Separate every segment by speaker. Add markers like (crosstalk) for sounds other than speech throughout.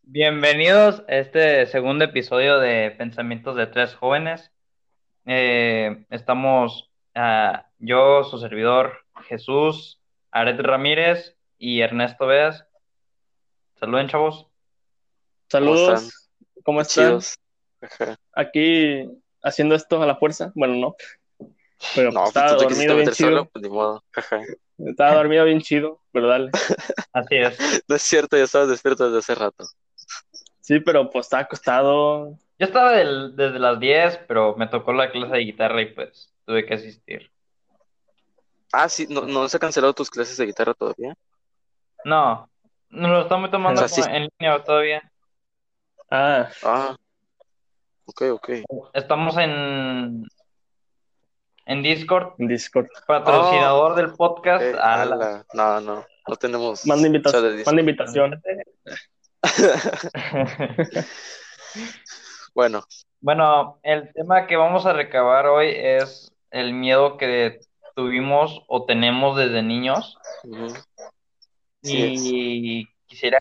Speaker 1: Bienvenidos a este segundo episodio de Pensamientos de Tres Jóvenes. Eh, estamos ah, yo, su servidor Jesús, Aret Ramírez y Ernesto Veas. Saluden, chavos.
Speaker 2: Saludos, ¿cómo están?
Speaker 3: Chidos. Ajá.
Speaker 2: Aquí haciendo esto a la fuerza. Bueno, no. Pero
Speaker 3: No, pues
Speaker 2: estaba
Speaker 3: tú te quisiste
Speaker 2: dormido bien
Speaker 3: meter
Speaker 2: chido.
Speaker 3: solo, pues ni modo. Ajá.
Speaker 2: Estaba dormido bien chido, pero dale.
Speaker 1: Así es.
Speaker 3: (laughs) No es cierto, ya estabas despierto desde hace rato.
Speaker 2: Sí, pero pues estaba acostado.
Speaker 1: Yo estaba del- desde las 10, pero me tocó la clase de guitarra y pues tuve que asistir.
Speaker 3: Ah, sí, no, no se han cancelado tus clases de guitarra todavía.
Speaker 1: No, nos lo estamos tomando
Speaker 3: O sea, sí.
Speaker 1: como en línea todavía.
Speaker 2: Ah,
Speaker 3: Ah, ok, ok.
Speaker 1: Estamos en, en Discord,
Speaker 2: en Discord.
Speaker 1: patrocinador del podcast.
Speaker 3: Eh,
Speaker 1: a Ah, la-
Speaker 3: ala. No, no, no tenemos.
Speaker 2: Manda
Speaker 3: chat de
Speaker 2: invitación.
Speaker 3: Discord.
Speaker 2: Manda invitación.
Speaker 3: Bueno,
Speaker 1: (laughs) Bueno, el tema que vamos a recabar hoy es el miedo que tuvimos o tenemos desde niños.
Speaker 3: ujú. Sí
Speaker 1: Y quisiera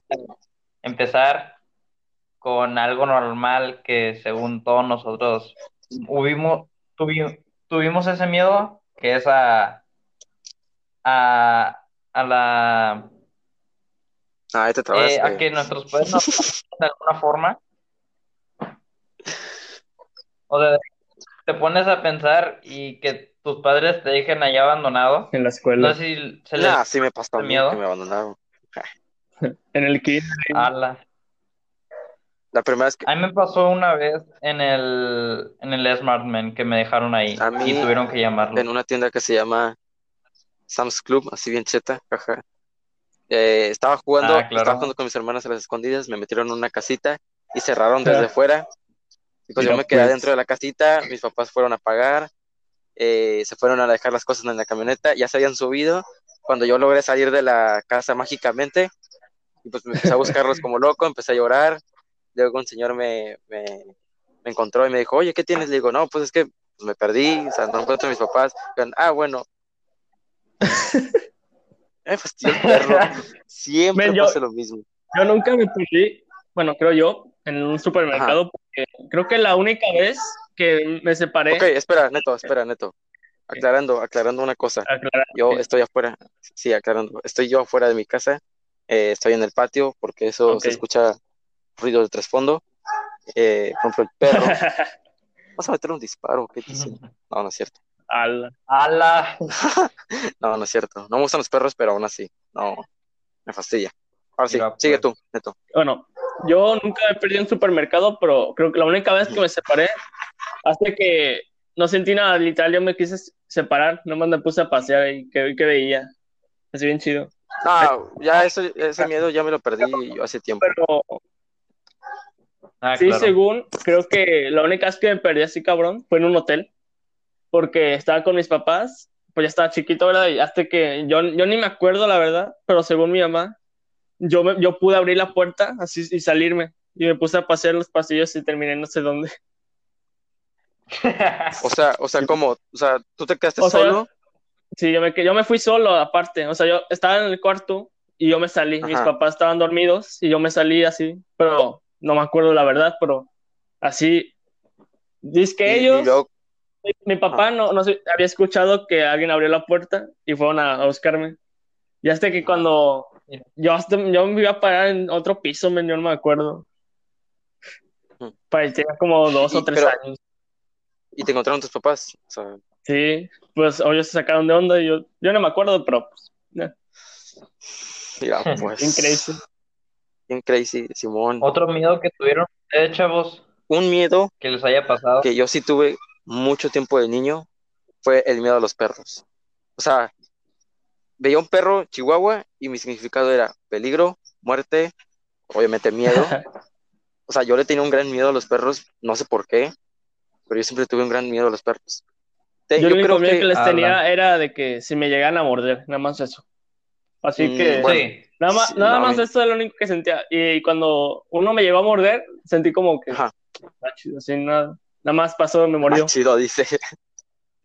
Speaker 1: empezar con algo normal que según todos nosotros hubimos, tuvi- tuvimos ese miedo, que es a, a, a la
Speaker 3: es. Ah, ahí te
Speaker 1: eh,
Speaker 3: trabaste.
Speaker 1: a que nuestros padres
Speaker 3: (laughs)
Speaker 1: nos apoyen de alguna forma. O sea, te pones a pensar y que tus padres te dejen allá abandonado.
Speaker 2: En la
Speaker 1: No
Speaker 2: escuela.
Speaker 1: sé si se les
Speaker 3: Nah, sí me pasó a mí
Speaker 1: miedo.
Speaker 3: que me abandonaron.
Speaker 2: En el kit.
Speaker 1: ala.
Speaker 3: La primera vez que.
Speaker 1: A mí me pasó una vez en el, en el Smartman que me dejaron ahí
Speaker 3: A mí-
Speaker 1: y tuvieron que llamarlo.
Speaker 3: en una tienda que se llama Sam's Club, así bien cheta, ajá. Eh, estaba jugando,
Speaker 1: Ah, claro.
Speaker 3: estaba jugando con mis hermanas a las escondidas, me metieron en una casita y cerraron desde
Speaker 2: Ah.
Speaker 3: fuera. Y pues
Speaker 2: Mira,
Speaker 3: yo me quedé
Speaker 2: pues.
Speaker 3: dentro de la casita, mis papás fueron a pagar, eh, se fueron a dejar las cosas en la camioneta, ya se habían subido. Cuando yo logré salir de la casa mágicamente, y pues me empecé a buscarlos como loco, empecé a llorar. Luego un señor me, me, me encontró y me dijo, oye, ¿qué tienes? Le digo, no, pues es que pues, me perdí, o sea, no encuentro a mis papás. Digan,
Speaker 2: (laughs)
Speaker 3: ah, bueno. eh, pues tío, el perro. Siempre
Speaker 2: Men, yo-
Speaker 3: pasa lo mismo.
Speaker 2: Yo nunca me perdí, bueno, creo yo, en un supermercado, porque creo que la única vez que me separé,
Speaker 3: Ok, espera, Neto, espera, Neto. Aclarando, aclarando una cosa.
Speaker 2: aclarar,
Speaker 3: Yo
Speaker 2: Ok.
Speaker 3: estoy afuera, sí, aclarando. Estoy yo afuera de mi casa, eh, estoy en el patio porque eso
Speaker 2: Ok.
Speaker 3: se escucha ruido de trasfondo. Eh, por ejemplo, el
Speaker 2: (laughs)
Speaker 3: perro. Vas a meter un disparo, ¿qué dice?
Speaker 1: (laughs)
Speaker 3: No, no es cierto.
Speaker 2: al-
Speaker 1: Ala.
Speaker 3: No, no es cierto. No me gustan los perros, pero aún así, no, me fastidia. Ahora sí,
Speaker 1: Mira,
Speaker 3: sigue
Speaker 1: pues.
Speaker 3: tú, Neto.
Speaker 2: bueno, yo nunca me perdí en un supermercado, pero creo que la única vez que me separé, hasta que no sentí nada, literal, yo me quise separar, nomás me puse a pasear y que, que veía, así bien chido,
Speaker 3: No, ya eso, ese miedo ya me lo perdí yo hace tiempo.
Speaker 2: pero
Speaker 1: Ah,
Speaker 2: sí,
Speaker 1: claro.
Speaker 2: según, creo que la única vez que me perdí así, cabrón, fue en un hotel, porque estaba con mis papás, pues ya estaba chiquito, ¿verdad? Y hasta que yo, yo ni me acuerdo, la verdad, pero según mi mamá, yo, me- yo pude abrir la puerta así y salirme, y me puse a pasear los pasillos y terminé no sé dónde.
Speaker 3: O sea, o sea, ¿cómo? O sea, ¿tú te quedaste
Speaker 2: O sea,
Speaker 3: solo?
Speaker 2: Sí, yo me, que- yo me fui solo aparte, o sea, yo estaba en el cuarto y yo me salí, mis
Speaker 3: Ajá.
Speaker 2: papás estaban dormidos y yo me salí así, pero no me acuerdo la verdad, pero así, dice
Speaker 3: Y-
Speaker 2: que
Speaker 3: y
Speaker 2: ellos...
Speaker 3: luego-
Speaker 2: Mi- Mi papá no, no sé, había escuchado que alguien abrió la puerta y fueron a, a buscarme. Y hasta que cuando yo, hasta- yo me iba a parar en otro piso, men, yo no me acuerdo.
Speaker 3: Ujú.
Speaker 2: Parecía como dos
Speaker 3: Y-
Speaker 2: o tres
Speaker 3: pero-
Speaker 2: años.
Speaker 3: y te encontraron tus papás. O sea,
Speaker 2: Sí, pues ellos se sacaron de onda y yo, yo no me acuerdo, pero pues, (laughs)
Speaker 3: mira, pues.
Speaker 2: bien crazy.
Speaker 3: Bien crazy, Simón.
Speaker 1: (laughs) Otro miedo que tuvieron ustedes, chavos,
Speaker 3: Un miedo
Speaker 1: que les haya pasado.
Speaker 3: que yo sí tuve mucho tiempo de niño fue el miedo a los perros. O sea, veía un perro chihuahua y mi significado era peligro, muerte,
Speaker 2: (laughs)
Speaker 3: obviamente miedo. O sea, yo le tenía un gran miedo a los perros, no sé por qué, pero yo siempre tuve un gran miedo a los perros. Te-
Speaker 2: yo,
Speaker 3: Eh, yo
Speaker 2: lo único
Speaker 3: creo
Speaker 2: miedo que,
Speaker 3: que,
Speaker 2: les
Speaker 1: Ah,
Speaker 2: tenía era de que si me llegaban a morder, nada más eso. Así
Speaker 3: Mm,
Speaker 2: que
Speaker 3: bueno.
Speaker 1: Sí.
Speaker 2: nada más,
Speaker 3: sí,
Speaker 2: nada
Speaker 3: no,
Speaker 2: más
Speaker 3: men.
Speaker 2: eso es lo único que sentía. Y cuando uno me llevó a morder, sentí como que
Speaker 3: Ajá,
Speaker 2: Ah, chido, sí, nada, nada más pasó, me
Speaker 3: ah, (laughs)
Speaker 2: mordió.
Speaker 3: chido, Ah. dice.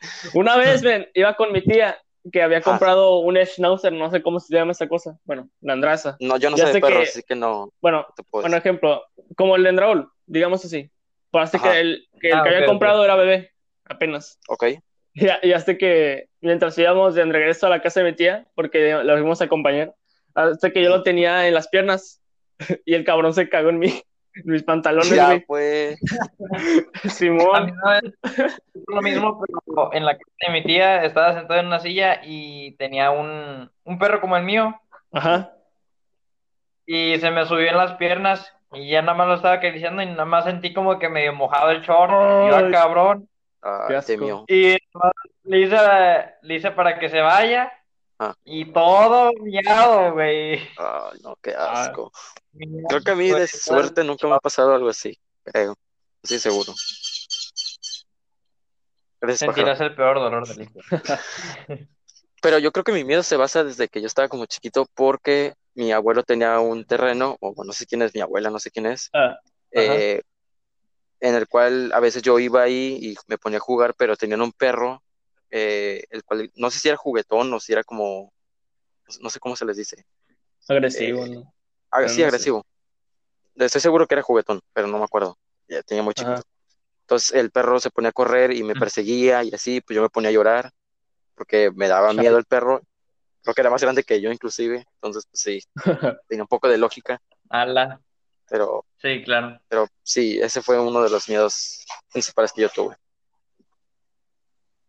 Speaker 3: (laughs)
Speaker 2: Una vez, ven, iba con mi tía que había comprado un schnauzer, no sé cómo se llama esa cosa. Bueno, landraza.
Speaker 3: No, yo no
Speaker 2: Ya
Speaker 3: sé de
Speaker 2: sé que-
Speaker 3: perros, así que no
Speaker 2: Bueno,
Speaker 3: te puedo
Speaker 2: un
Speaker 3: decir.
Speaker 2: ejemplo, como el de Andraul, digamos así. Parece
Speaker 3: Ajá.
Speaker 2: que el que, el
Speaker 1: Ah,
Speaker 2: que
Speaker 1: ok, ok.
Speaker 2: había comprado era bebé, apenas.
Speaker 3: Ok,
Speaker 2: (laughs) Y, y hasta que mientras íbamos de regreso a la casa de mi tía, porque la fuimos a acompañar, hasta que yo lo tenía en las piernas (laughs) y el cabrón se cagó en mí, en mis pantalones,
Speaker 3: ya
Speaker 2: güey.
Speaker 3: pues.
Speaker 1: A mí
Speaker 2: Simón.
Speaker 1: una vez fue lo mismo, pero en la casa de mi tía estaba sentado en una silla y tenía un, un perro como el mío
Speaker 2: Ajá.
Speaker 1: y se me subió en las piernas y ya nada más lo estaba acariciando y nada más sentí como que medio mojado el short, y yo, "Ah,
Speaker 2: Ay.
Speaker 1: cabrón.
Speaker 3: Ah,
Speaker 2: Qué asco.
Speaker 3: te mío.
Speaker 1: Y nada más le hice, le hice para que se vaya
Speaker 3: Ah.
Speaker 1: y todo miado, güey.
Speaker 3: Ay, Ah, no, qué
Speaker 2: Ah,
Speaker 3: asco.
Speaker 1: Miado,
Speaker 3: Creo que a mí de
Speaker 1: güey.
Speaker 3: suerte nunca me ha pasado algo así, creo. Sí, seguro. Gracias, pájaro.
Speaker 1: Sentirás el peor dolor del hijo.
Speaker 3: Pero yo creo que mi miedo se basa desde que yo estaba como chiquito porque mi abuelo tenía un terreno, o bueno, no sé quién es mi abuela, no sé quién es,
Speaker 2: Ah,
Speaker 3: eh, en el cual a veces yo iba ahí y me ponía a jugar, pero tenían un perro, eh, el cual no sé si era juguetón o si era como, no sé cómo se les dice,
Speaker 2: agresivo,
Speaker 3: Eh,
Speaker 2: ¿no? (laughs)
Speaker 3: Ah,
Speaker 2: Pero
Speaker 3: sí,
Speaker 2: no sé.
Speaker 3: agresivo. Estoy seguro que era juguetón, pero no me acuerdo. Ya tenía muy chiquito.
Speaker 2: Ajá. Mm.
Speaker 3: Entonces el perro se ponía a correr y me
Speaker 1: Ujú.
Speaker 3: perseguía y así, pues yo me ponía a llorar porque me daba
Speaker 2: Chale.
Speaker 3: miedo el perro. Creo que era más grande que yo inclusive, entonces pues sí, tenía un poco de lógica,
Speaker 1: Ala.
Speaker 3: pero,
Speaker 1: Sí, claro.
Speaker 3: pero sí, ese fue uno de los miedos principales que yo tuve.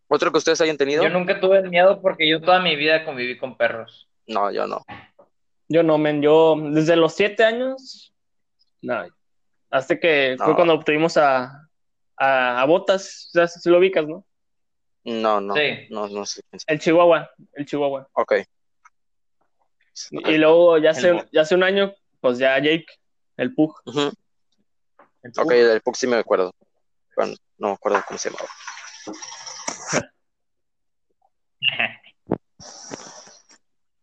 Speaker 3: ¿Otro que ustedes hayan tenido?
Speaker 1: Yo nunca tuve miedo porque yo toda mi vida conviví con perros.
Speaker 3: No, yo no.
Speaker 2: Yo no, men, yo desde los siete años, no, hasta que
Speaker 3: No.
Speaker 2: fue cuando obtuvimos a, a, a Botas, o sea, si lo ubicas, ¿no?
Speaker 3: No, no.
Speaker 1: Sí.
Speaker 3: No, no sé. quién sea.
Speaker 2: El Chihuahua, el Chihuahua.
Speaker 3: Ok. Ah,
Speaker 2: Y luego ya hace,
Speaker 1: El Bo-
Speaker 2: ya hace un año, pues ya Jake, el Pug.
Speaker 3: Ujú.
Speaker 2: el Pug.
Speaker 3: Ok, del Pug sí me acuerdo. Bueno, no me acuerdo cómo se llamaba.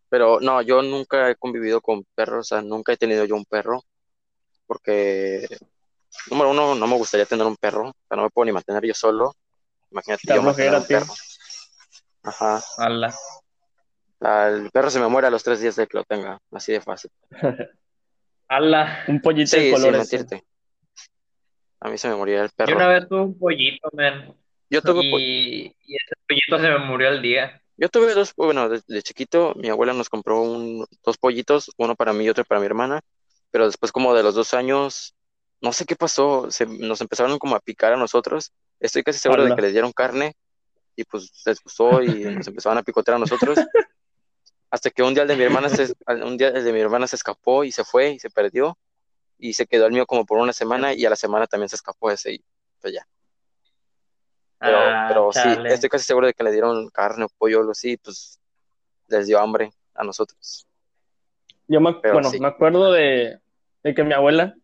Speaker 3: Pero no, yo nunca he convivido con perros, o sea, nunca he tenido yo un perro, porque, número uno, no me gustaría tener un perro, o sea, no me puedo ni mantener yo solo. Imagínate
Speaker 2: Te
Speaker 3: yo mantener
Speaker 2: flojera,
Speaker 3: un
Speaker 2: tío.
Speaker 3: perro. Ajá,
Speaker 1: Ala.
Speaker 3: la- el perro se me muere a los tres días de que lo tenga, así de fácil.
Speaker 1: Ala.
Speaker 2: Un pollito de
Speaker 3: Sí, sin
Speaker 2: colores.
Speaker 3: mentirte. A mí se me moría el
Speaker 1: Yo
Speaker 3: perro.
Speaker 1: una vez tuve un pollito, man.
Speaker 3: Yo tuve, po-
Speaker 1: Y, y ese pollito se me murió al día.
Speaker 3: Yo tuve dos, bueno, de, de chiquito, mi abuela nos compró un, dos pollitos, uno para mí y otro para mi hermana, pero después como de los dos años, no sé qué pasó, se- nos empezaron como a picar a nosotros, estoy casi seguro de
Speaker 2: Ala.
Speaker 3: que les dieron carne y pues les gustó y nos empezaron a picotear a nosotros, hasta que un día el de mi hermana se, un día el de mi hermana se escapó y se fue y se perdió y se quedó el mío como por una semana y a la semana también se escapó ese y pues ya. Pero,
Speaker 1: Ah,
Speaker 3: pero sí,
Speaker 1: chale.
Speaker 3: estoy casi seguro de que le dieron carne o pollo o algo así, pues les dio hambre a nosotros.
Speaker 2: Yo me,
Speaker 3: Pero
Speaker 2: bueno,
Speaker 3: sí.
Speaker 2: me acuerdo de, de que mi abuela,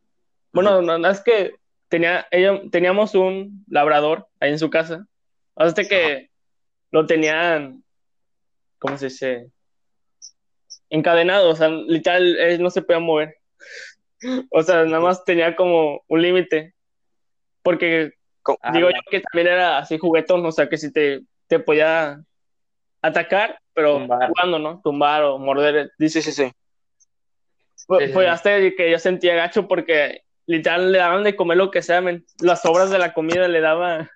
Speaker 2: bueno, no, no, es que tenía, ella, teníamos un labrador ahí en su casa, hasta que lo tenían, ¿cómo se dice? Encadenado, o sea, literal, él no se podía mover. (laughs) O sea, nada más tenía como un límite, porque
Speaker 1: Ala.
Speaker 2: digo yo que también era así juguetón, o sea, que si te, te podía atacar, pero
Speaker 1: Tumbar.
Speaker 2: jugando, ¿no? Tumbar o morder, dice
Speaker 3: Sí, sí, sí.
Speaker 1: Sí,
Speaker 2: fue,
Speaker 1: sí,
Speaker 2: fue
Speaker 1: sí.
Speaker 2: hasta que yo sentía gacho porque literal le daban de comer lo que sea, men. Las sobras de la comida le daba.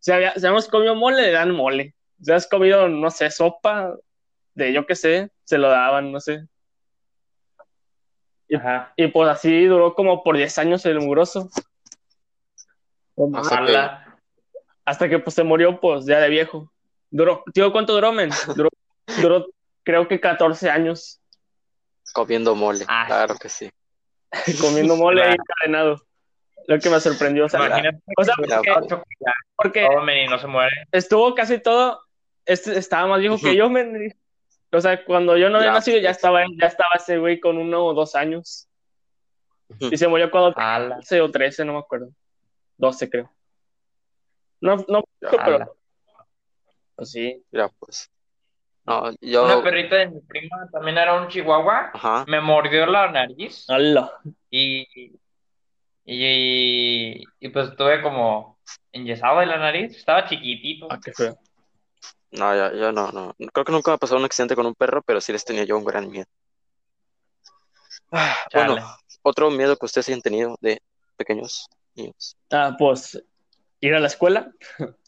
Speaker 2: Si, había, si habíamos comido mole, le dan mole. Si has comido, no sé, sopa de yo qué sé, se lo daban, no sé.
Speaker 1: Ajá.
Speaker 2: Y pues así duró como por 10 años el mugroso.
Speaker 3: O sea que-
Speaker 1: Ala.
Speaker 2: Hasta que pues se murió, pues ya de viejo. Duró, tío, ¿cuánto duró, men? Duró, duró creo que 14 años
Speaker 3: comiendo mole,
Speaker 1: Ah,
Speaker 3: claro que sí.
Speaker 1: (laughs)
Speaker 2: comiendo mole
Speaker 1: Claro.
Speaker 2: y encadenado. Lo que me sorprendió, o sea,
Speaker 3: Claro.
Speaker 1: Imagínate
Speaker 2: o sea,
Speaker 1: que
Speaker 3: Claro.
Speaker 1: estaba chocolate,
Speaker 2: porque
Speaker 1: joven, y no se muere.
Speaker 2: estuvo casi todo, este, estaba más viejo que yo, men. O sea, cuando yo no había
Speaker 3: Ya,
Speaker 2: nacido ya
Speaker 3: pues.
Speaker 2: estaba, ya estaba ese güey con uno o dos años.
Speaker 3: Ujú.
Speaker 2: Y se murió cuando tenía
Speaker 1: Ala.
Speaker 2: 12 o 13, no me acuerdo. 12 creo. No, no,
Speaker 1: Ala.
Speaker 2: pero... Pues sí.
Speaker 3: Mira, pues. No,
Speaker 1: Una
Speaker 3: yo.
Speaker 1: perrita de mi prima también era un chihuahua.
Speaker 3: Ajá.
Speaker 1: Me mordió la nariz
Speaker 2: Ala.
Speaker 1: y, y,
Speaker 3: Ah,
Speaker 1: y pues tuve como enyesado de la nariz. Estaba chiquitito.
Speaker 2: Ah, qué feo.
Speaker 3: No, yo, yo no, no. Creo que nunca me ha pasado un accidente con un perro, pero sí les tenía yo un gran miedo. Ah,
Speaker 1: Chale.
Speaker 3: Bueno, otro miedo que ustedes hayan tenido de pequeños niños.
Speaker 2: Ah, pues ir a la escuela. (laughs)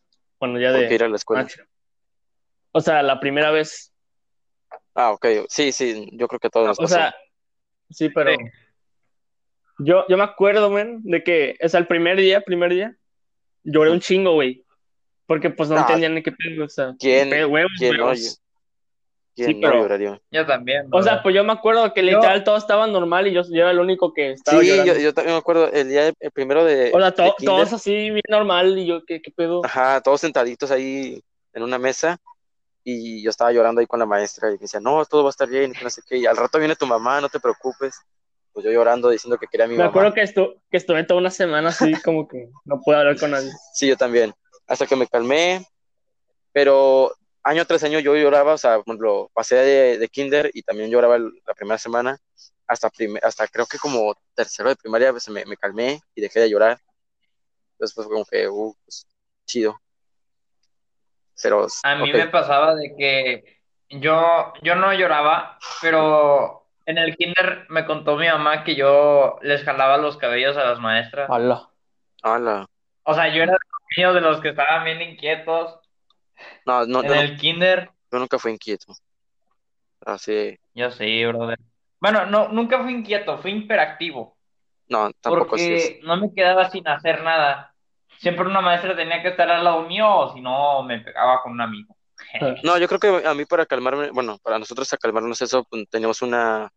Speaker 2: bueno, ya
Speaker 3: Porque
Speaker 2: de.
Speaker 3: ir a la escuela.
Speaker 2: O sea, la primera vez.
Speaker 3: Ah, ok. Sí, sí, yo creo que a todos nos
Speaker 2: O
Speaker 3: Pues pasó.
Speaker 2: sea, sí, pero.
Speaker 1: Sí.
Speaker 2: Yo, yo me acuerdo, men, de que, o sea, el primer día, primer día, lloré un chingo, güey. Porque pues no
Speaker 3: No.
Speaker 2: entendía ni qué pedo, o sea.
Speaker 3: Ah, ¿Quién-
Speaker 2: pe- huevos,
Speaker 3: ¿Quién no,
Speaker 2: huevos.
Speaker 3: ll- quién
Speaker 2: Sí,
Speaker 3: no
Speaker 2: pero-
Speaker 3: lloraría?
Speaker 1: Yo también.
Speaker 2: O sea,
Speaker 1: bro.
Speaker 2: pues yo me acuerdo que literal todo estaba normal y yo, yo era el único que estaba
Speaker 3: Sí,
Speaker 2: llorando.
Speaker 3: yo, yo también me acuerdo el día de- el primero de.
Speaker 2: o sea,
Speaker 3: de
Speaker 2: to-
Speaker 3: kinder. Ah,
Speaker 2: todos así, bien normal, y yo, ¿qué, qué pedo?
Speaker 3: Ajá, todos sentaditos ahí en una mesa y yo estaba llorando ahí con la maestra y me decía, no, todo va a estar bien, y que no sé qué, y al rato viene tu mamá, no te preocupes. Pues yo llorando diciendo que quería a mi
Speaker 2: me
Speaker 3: mamá.
Speaker 2: acuerdo que, estu- que estuve toda una semana así, como que no puedo hablar con nadie.
Speaker 3: Sí, yo también, hasta que me calmé, pero año tras año yo lloraba, o sea, por ejemplo, pasé de, de kinder y también lloraba el- la primera semana, hasta, prim- hasta creo que como tercero de primaria pues, me, me calmé y dejé de llorar. Entonces pues como que, uh, pues, chido. Pero,
Speaker 1: A mí
Speaker 3: ok.
Speaker 1: me pasaba de que yo, yo no lloraba, pero en el kinder me contó mi mamá que yo les jalaba los cabellos a las maestras.
Speaker 3: Ah.
Speaker 2: Hola.
Speaker 3: Ala.
Speaker 1: O sea, yo era de los niños de los que estaban bien inquietos.
Speaker 3: No, no,
Speaker 1: En
Speaker 3: yo, no-
Speaker 1: el kinder,
Speaker 3: yo nunca fui inquieto. Así,
Speaker 1: yo sí, brother. Bueno, no, nunca fui inquieto, fui hiperactivo,
Speaker 3: no, tampoco así es.
Speaker 1: porque no me quedaba sin hacer nada. Siempre una maestra tenía que estar al lado mío, o si no, me pegaba con un amigo.
Speaker 3: No, yo creo que a mí para calmarme, bueno, para nosotros a calmarnos eso, pues, teníamos una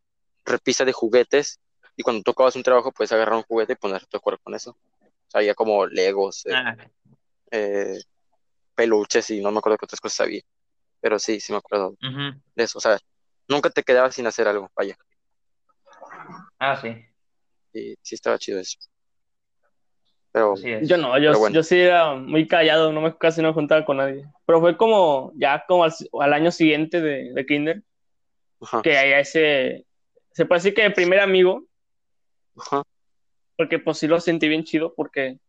Speaker 3: repisa de juguetes y cuando tocabas un trabajo puedes agarrar un juguete y poner tu cuerpo con eso. O sea, había como legos, eh,
Speaker 1: Ah,
Speaker 3: eh, peluches y no me acuerdo qué otras cosas había. Pero sí, sí me acuerdo
Speaker 1: ujú.
Speaker 3: de eso. O sea, nunca te quedabas sin hacer algo, vaya.
Speaker 1: Ah, sí,
Speaker 3: Y sí estaba chido eso. Pero
Speaker 1: así es.
Speaker 2: Yo no, yo,
Speaker 3: Pero bueno.
Speaker 2: yo sí era muy callado, no me, casi no me juntaba con nadie. Pero fue como, ya como al, al año siguiente de, de kinder,
Speaker 3: ajá,
Speaker 2: que ahí ese, se puede decir que el primer amigo,
Speaker 3: ajá.
Speaker 2: porque pues sí lo sentí bien chido, porque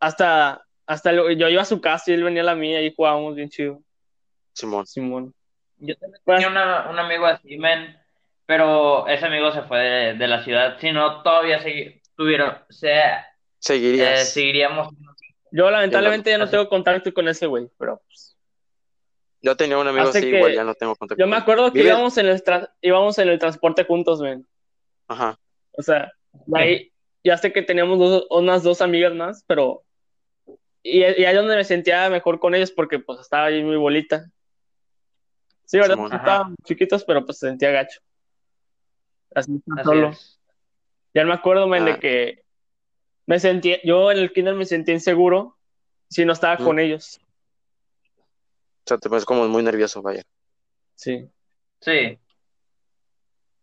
Speaker 2: hasta, hasta lo- yo iba a su casa y él venía a la mía y jugábamos bien chido,
Speaker 3: Simón.
Speaker 2: Simón.
Speaker 1: Yo también
Speaker 2: Pues,
Speaker 1: tenía una- un amigo así, men, pero ese amigo se fue de, de la ciudad. Si no, todavía segui- tuviera- se, eh,
Speaker 3: ¿Seguirías?
Speaker 1: seguiríamos.
Speaker 2: Yo lamentablemente ya no
Speaker 1: Así.
Speaker 2: tengo contacto con ese güey, pero pues,
Speaker 3: Yo tenía un amigo
Speaker 2: Hace
Speaker 3: así,
Speaker 2: que-
Speaker 3: igual ya no tengo contacto.
Speaker 2: yo me
Speaker 3: con él.
Speaker 2: acuerdo que
Speaker 3: Vive-
Speaker 2: íbamos en, el tra- íbamos en el transporte juntos, ven.
Speaker 3: Ajá.
Speaker 2: O sea, ahí ya sé que teníamos dos- unas dos amigas más, pero. Y, y ahí es donde me sentía mejor con ellos porque pues estaba ahí muy bolita. Sí, ¿verdad?
Speaker 3: Simón.
Speaker 2: Sí, estaban chiquitos, pero pues se sentía gacho. Así,
Speaker 1: Así
Speaker 2: solo.
Speaker 1: es.
Speaker 2: Ya me acuerdo, men,
Speaker 3: Ah.
Speaker 2: de que me sentía, yo en el kinder me sentía inseguro si no estaba
Speaker 3: Mm.
Speaker 2: con ellos.
Speaker 3: O sea, te pones como muy nervioso, vaya.
Speaker 2: Sí.
Speaker 1: Sí,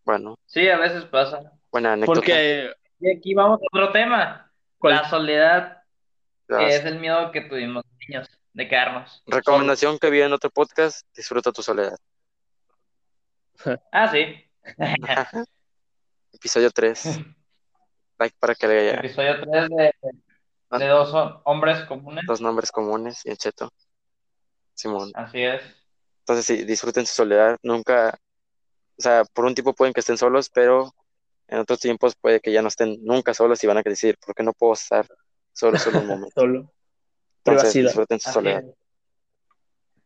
Speaker 3: Bueno,
Speaker 1: sí, a veces pasa.
Speaker 3: buena anécdota.
Speaker 2: Porque,
Speaker 1: Y aquí vamos a otro tema,
Speaker 2: ¿Cuál? Ah,
Speaker 1: la soledad, que
Speaker 3: Las-
Speaker 1: es el miedo que tuvimos niños de quedarnos.
Speaker 3: Recomendación que vi en otro podcast, disfruta tu soledad.
Speaker 1: solos. Ah,
Speaker 2: (laughs)
Speaker 1: sí.
Speaker 3: Episodio 3.
Speaker 1: (laughs)
Speaker 3: like para que le haya
Speaker 1: Episodio 3 de, de dos hom- hombres comunes.
Speaker 3: dos nombres comunes y el cheto. Simón.
Speaker 1: Así es.
Speaker 3: Entonces, sí, disfruten su soledad. Nunca, o sea, por un tiempo pueden que estén solos, pero en otros tiempos puede que ya no estén nunca solos y van a decir, ¿por qué no puedo estar solo solo
Speaker 2: (laughs)
Speaker 3: un momento?
Speaker 2: solo.
Speaker 3: Entonces,
Speaker 2: Privacidad.
Speaker 3: disfruten su
Speaker 1: así
Speaker 3: soledad.
Speaker 1: es.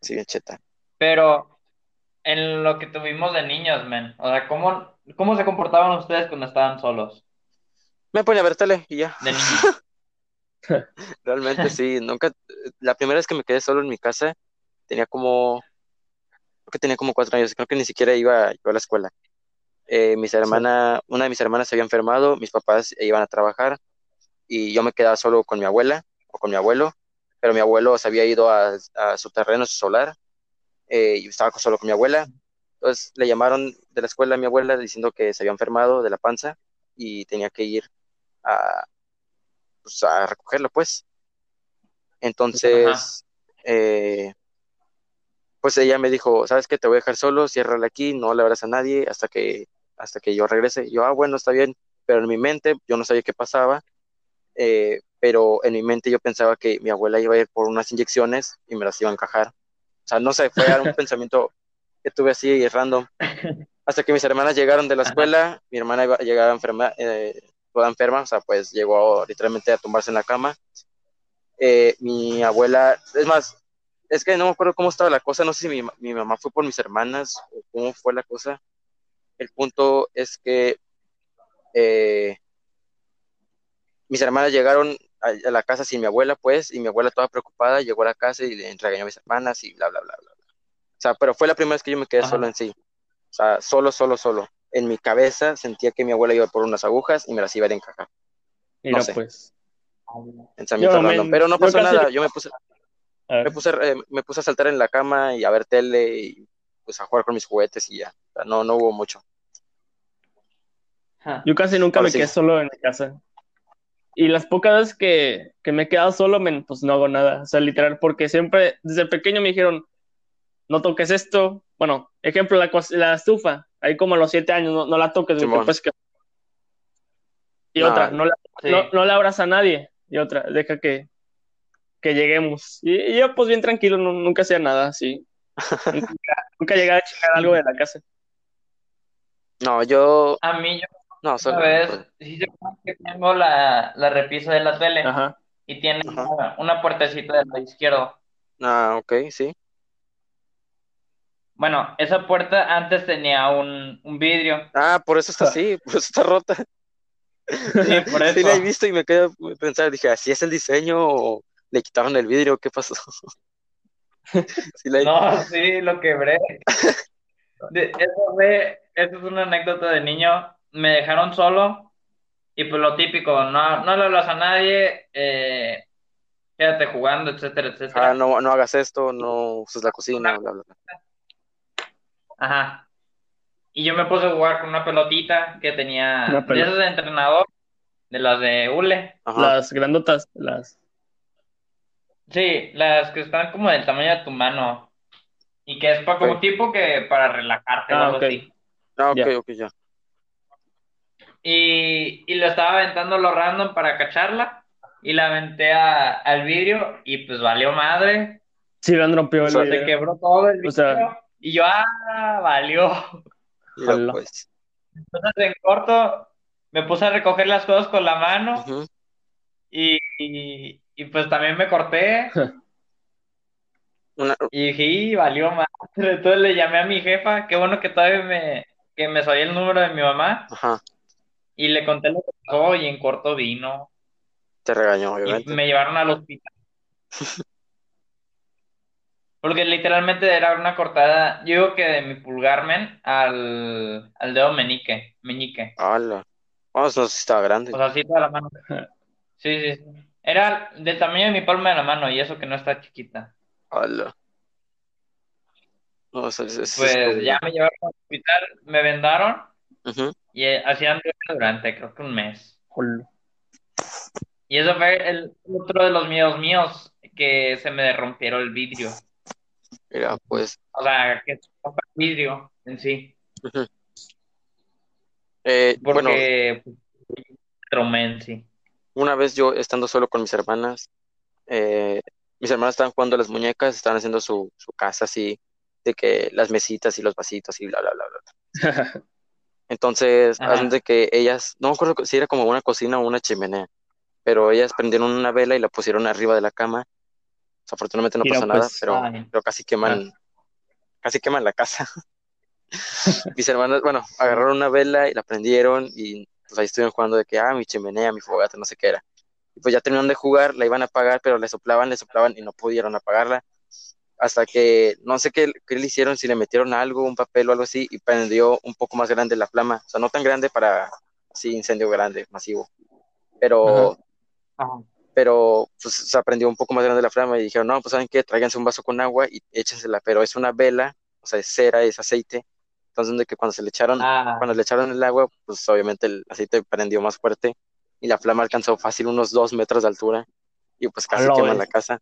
Speaker 3: Sí, bien cheta.
Speaker 1: Pero en lo que tuvimos de niños, men. O sea, ¿cómo, cómo se comportaban ustedes cuando estaban solos?
Speaker 3: Me pone a ver tele y ya.
Speaker 1: De niños.
Speaker 3: Realmente sí, nunca, la primera vez que me quedé solo en mi casa, tenía como, creo que tenía como cuatro años, creo que ni siquiera iba yo a la escuela. Eh, mis hermanas, una de mis hermanas se había enfermado, mis papás iban a trabajar y yo me quedaba solo con mi abuela o con mi abuelo, pero mi abuelo se había ido a, a su terreno, a su solar, eh, y estaba solo con mi abuela. Entonces le llamaron de la escuela a mi abuela diciendo que se había enfermado de la panza y tenía que ir a, pues, a recogerlo, pues. Entonces, eh, pues ella me dijo, ¿sabes qué? Te voy a dejar solo, ciérrale aquí, no le abras a nadie hasta que, hasta que yo regrese. Y yo, ah, bueno, está bien, pero en mi mente, yo no sabía qué pasaba, eh, pero en mi mente yo pensaba que mi abuela iba a ir por unas inyecciones y me las iba a encajar O sea, no sé, fue un pensamiento que tuve así random. Hasta que mis hermanas llegaron de la escuela, mi hermana iba, llegaba enferma, eh, toda enferma, o sea, pues llegó literalmente a tumbarse en la cama. Eh, mi abuela, es más, es que no me acuerdo cómo estaba la cosa, no sé si mi, mi mamá fue por mis hermanas o cómo fue la cosa. El punto es que eh, mis hermanas llegaron a, a, la casa sin mi abuela, pues, y mi abuela toda preocupada llegó a la casa y le regañó a mis hermanas y bla, bla, bla, bla. bla. O sea, pero fue la primera vez que yo me quedé Ajá. solo en sí. O sea, solo, solo, solo. En mi cabeza sentía que mi abuela iba por unas agujas y me las iba a encajar.
Speaker 2: Mira, no sé. pues.
Speaker 3: Pensamiento random. Pero no pasó yo nada. Yo me puse, me puse, eh, me puse a saltar en la cama y a ver tele y pues a jugar con mis juguetes y ya. O sea, no, no hubo mucho.
Speaker 2: Yo casi nunca Ahora me sí. quedé solo en mi casa. Y las pocas veces que, que me he quedado solo, men, pues no hago nada. O sea, literal, porque siempre, desde pequeño me dijeron, no toques esto. Bueno, ejemplo, la, la estufa. Ahí como a los siete años, no, no la toques. Sí, bueno. pues que... Y no, otra, no la, sí. no, no la abras a nadie. Y otra, deja que, que lleguemos. Y, y, yo, pues bien tranquilo, no, nunca hacía nada (laughs) así. nunca, nunca llegaba a chingar algo de la casa.
Speaker 3: No, yo.
Speaker 1: A mí, yo.
Speaker 3: No, solo. pues,
Speaker 1: Una vez, sí, yo tengo la, la, repisa de la tele. Ajá. Y tiene Ajá. Una, una, puertecita del lado izquierdo.
Speaker 3: Ah, ok, sí.
Speaker 1: Bueno, esa puerta antes tenía un, un vidrio.
Speaker 3: Ah, por
Speaker 1: (laughs)
Speaker 3: eso está así, (laughs) por eso está rota.
Speaker 1: Sí, por eso.
Speaker 3: Sí, la he visto y me quedé pensando, dije, ¿así es el diseño o le quitaron el vidrio? ¿Qué pasó? (laughs)
Speaker 1: sí, la he... No, sí, lo quebré. De, eso, fue, eso es una anécdota de niño. Me dejaron solo y pues lo típico, no, no le hablas a nadie, eh, quédate jugando, etcétera, etcétera.
Speaker 3: Ah, no, no hagas esto, no uses la cocina, bla, bla, bla.
Speaker 1: Ajá. Y yo me puse a jugar con una pelotita que tenía de esas de entrenador, de las de hule.
Speaker 2: Ajá. Las grandotas, las.
Speaker 1: Sí, las que están como del tamaño de tu mano. Y que es para como okay. tipo que para relajarte
Speaker 3: ah, o okay. Ah, ok, ya. ok, ya.
Speaker 1: Y, y, lo estaba aventando lo random para cacharla. Y la aventé a, al vidrio y pues valió madre.
Speaker 2: Sí, lo han rompido
Speaker 1: el Se vidrio. quebró todo el vidrio. O sea... Y yo, ah, valió. (laughs)
Speaker 3: Yo, pues.
Speaker 1: Entonces en corto me puse a recoger las cosas con la mano. Uh -huh. y, y, y pues también me (laughs) corté.
Speaker 3: Una-
Speaker 1: Y dije, "Y, valió más. Entonces le llamé a mi jefa, qué bueno que todavía me, que me sabía el número de mi mamá.
Speaker 3: Ajá.
Speaker 1: Y le conté lo que pasó y en corto vino.
Speaker 3: Te regañó,
Speaker 1: Y
Speaker 3: obviamente.
Speaker 1: me llevaron al hospital. Porque literalmente era una cortada, yo digo que de mi pulgar, men, al, al dedo meñique, meñique.
Speaker 3: Hala. Vamos, Ah, no sé si estaba grande.
Speaker 1: O sea, así toda la mano. Sí, sí, sí. Era del tamaño de mi palma de la mano y eso que no está chiquita.
Speaker 3: Hala. No, o sea, es- es-
Speaker 1: Pues
Speaker 3: es-
Speaker 1: ya me llevaron al hospital, me vendaron
Speaker 3: Ujú.
Speaker 1: y eh, así anduve durante creo que un mes.
Speaker 2: Jol.
Speaker 1: Y eso fue el otro de los miedos míos, que se me rompieron el vidrio.
Speaker 3: Mira, pues.
Speaker 1: O sea, que se rompa el vidrio en sí.
Speaker 3: eh, bueno,
Speaker 1: Porque pues, traumé en sí.
Speaker 3: una vez yo estando solo con mis hermanas, eh, mis hermanas estaban jugando a las muñecas, estaban haciendo su, su casa así, de que las mesitas y los vasitos y bla, bla, bla, bla.
Speaker 1: (laughs)
Speaker 3: Entonces,
Speaker 1: Ajá.
Speaker 3: hacen de que ellas, no me acuerdo si era como una cocina o una chimenea, pero ellas prendieron una vela y la pusieron arriba de la cama. Desafortunadamente no
Speaker 2: Mira,
Speaker 3: pasó nada,
Speaker 2: pues,
Speaker 3: pero,
Speaker 1: ay.
Speaker 3: pero casi queman, casi queman la casa. Mis hermanas, bueno, agarraron una vela y la prendieron y pues ahí estuvieron jugando de que, ah, mi chimenea, mi fogata, no sé qué era. Y pues ya terminaron de jugar, la iban a apagar, pero le soplaban, le soplaban y no pudieron apagarla. Hasta que no sé qué, qué le hicieron, si le metieron algo, un papel o algo así, y prendió un poco más grande la flama. O sea, no tan grande para así incendio grande, masivo. Pero,
Speaker 1: Ajá.
Speaker 3: pero pues se aprendió un poco más grande la flama y dijeron, no, pues saben qué, tráiganse un vaso con agua y échensela, pero es una vela, o sea, es cera, es aceite. Entonces, de que cuando se le echaron,
Speaker 1: Ah,
Speaker 3: cuando le echaron el agua, pues obviamente el aceite prendió más fuerte y la flama alcanzó fácil unos dos metros de altura y pues casi
Speaker 2: A la
Speaker 3: queman
Speaker 2: vez.
Speaker 3: la casa.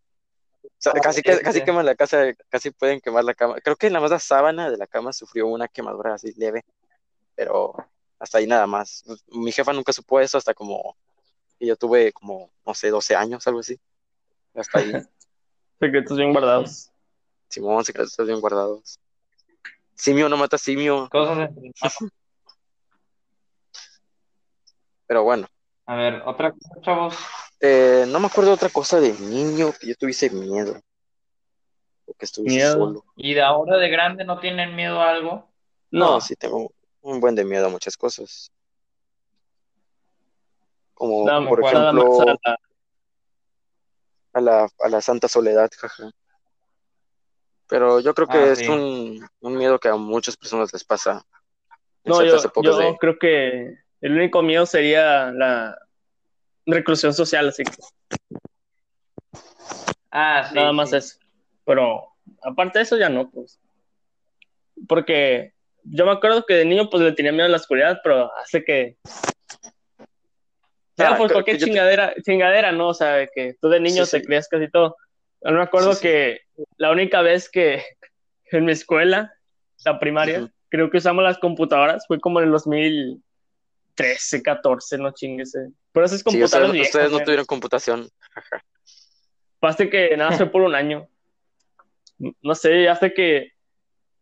Speaker 3: O sea,
Speaker 1: Ah,
Speaker 3: casi, que-
Speaker 1: sí,
Speaker 3: casi
Speaker 1: sí.
Speaker 3: queman la casa, casi pueden quemar la cama. Creo que nada más la sábana de la cama sufrió una quemadura así leve, pero hasta ahí nada más. Pues, Mi jefa nunca supo eso hasta como que yo tuve como, no sé, 12 años, algo así. Hasta ahí.
Speaker 2: Secretos bien guardados.
Speaker 3: Simón, secretos bien guardados. Simio no mata simio,
Speaker 1: Cosas entre-
Speaker 3: pero bueno.
Speaker 1: A ver, otra cosa, chavos.
Speaker 3: Eh, no me acuerdo de otra cosa de niño que yo tuviese miedo. O que estuviese
Speaker 2: Miedo.
Speaker 3: solo.
Speaker 1: ¿Y de ahora de grande no tienen miedo a algo?
Speaker 3: No,
Speaker 2: No,
Speaker 3: sí tengo un buen de miedo a muchas cosas. Como,
Speaker 2: nada,
Speaker 3: por
Speaker 1: cuál?
Speaker 2: nada más
Speaker 3: ejemplo,
Speaker 2: a la-
Speaker 3: a la, a la Santa Soledad, jaja. Pero yo creo que
Speaker 1: Ah,
Speaker 3: es
Speaker 1: sí.
Speaker 3: un, un miedo que a muchas personas les pasa.
Speaker 2: No,
Speaker 3: Excepto
Speaker 2: yo,
Speaker 3: hace poco
Speaker 2: yo
Speaker 3: de-
Speaker 2: creo que el único miedo sería la reclusión social, así que
Speaker 1: Ah, sí.
Speaker 2: nada más
Speaker 1: sí.
Speaker 2: eso. Pero aparte de eso ya no, pues. Porque yo me acuerdo que de niño pues le tenía miedo a la oscuridad, pero hace que... Era
Speaker 3: Ah,
Speaker 2: por
Speaker 3: que-
Speaker 2: cualquier
Speaker 3: que yo te-
Speaker 2: chingadera, chingadera, ¿no? O sea, de que tú de niño
Speaker 3: Sí,
Speaker 2: te
Speaker 3: sí.
Speaker 2: creías casi todo. Yo me acuerdo
Speaker 3: Sí, sí.
Speaker 2: que la única vez que (laughs) en mi escuela, la primaria,
Speaker 3: Ujú.
Speaker 2: creo que usamos las computadoras fue como en el 2013, 14, no chingues. eh. Pero esas
Speaker 3: Sí, ustedes,
Speaker 2: computadoras viejas,
Speaker 3: ustedes no
Speaker 2: eh.
Speaker 3: tuvieron computación.
Speaker 2: Pase que nada fue por un año. No sé, hasta que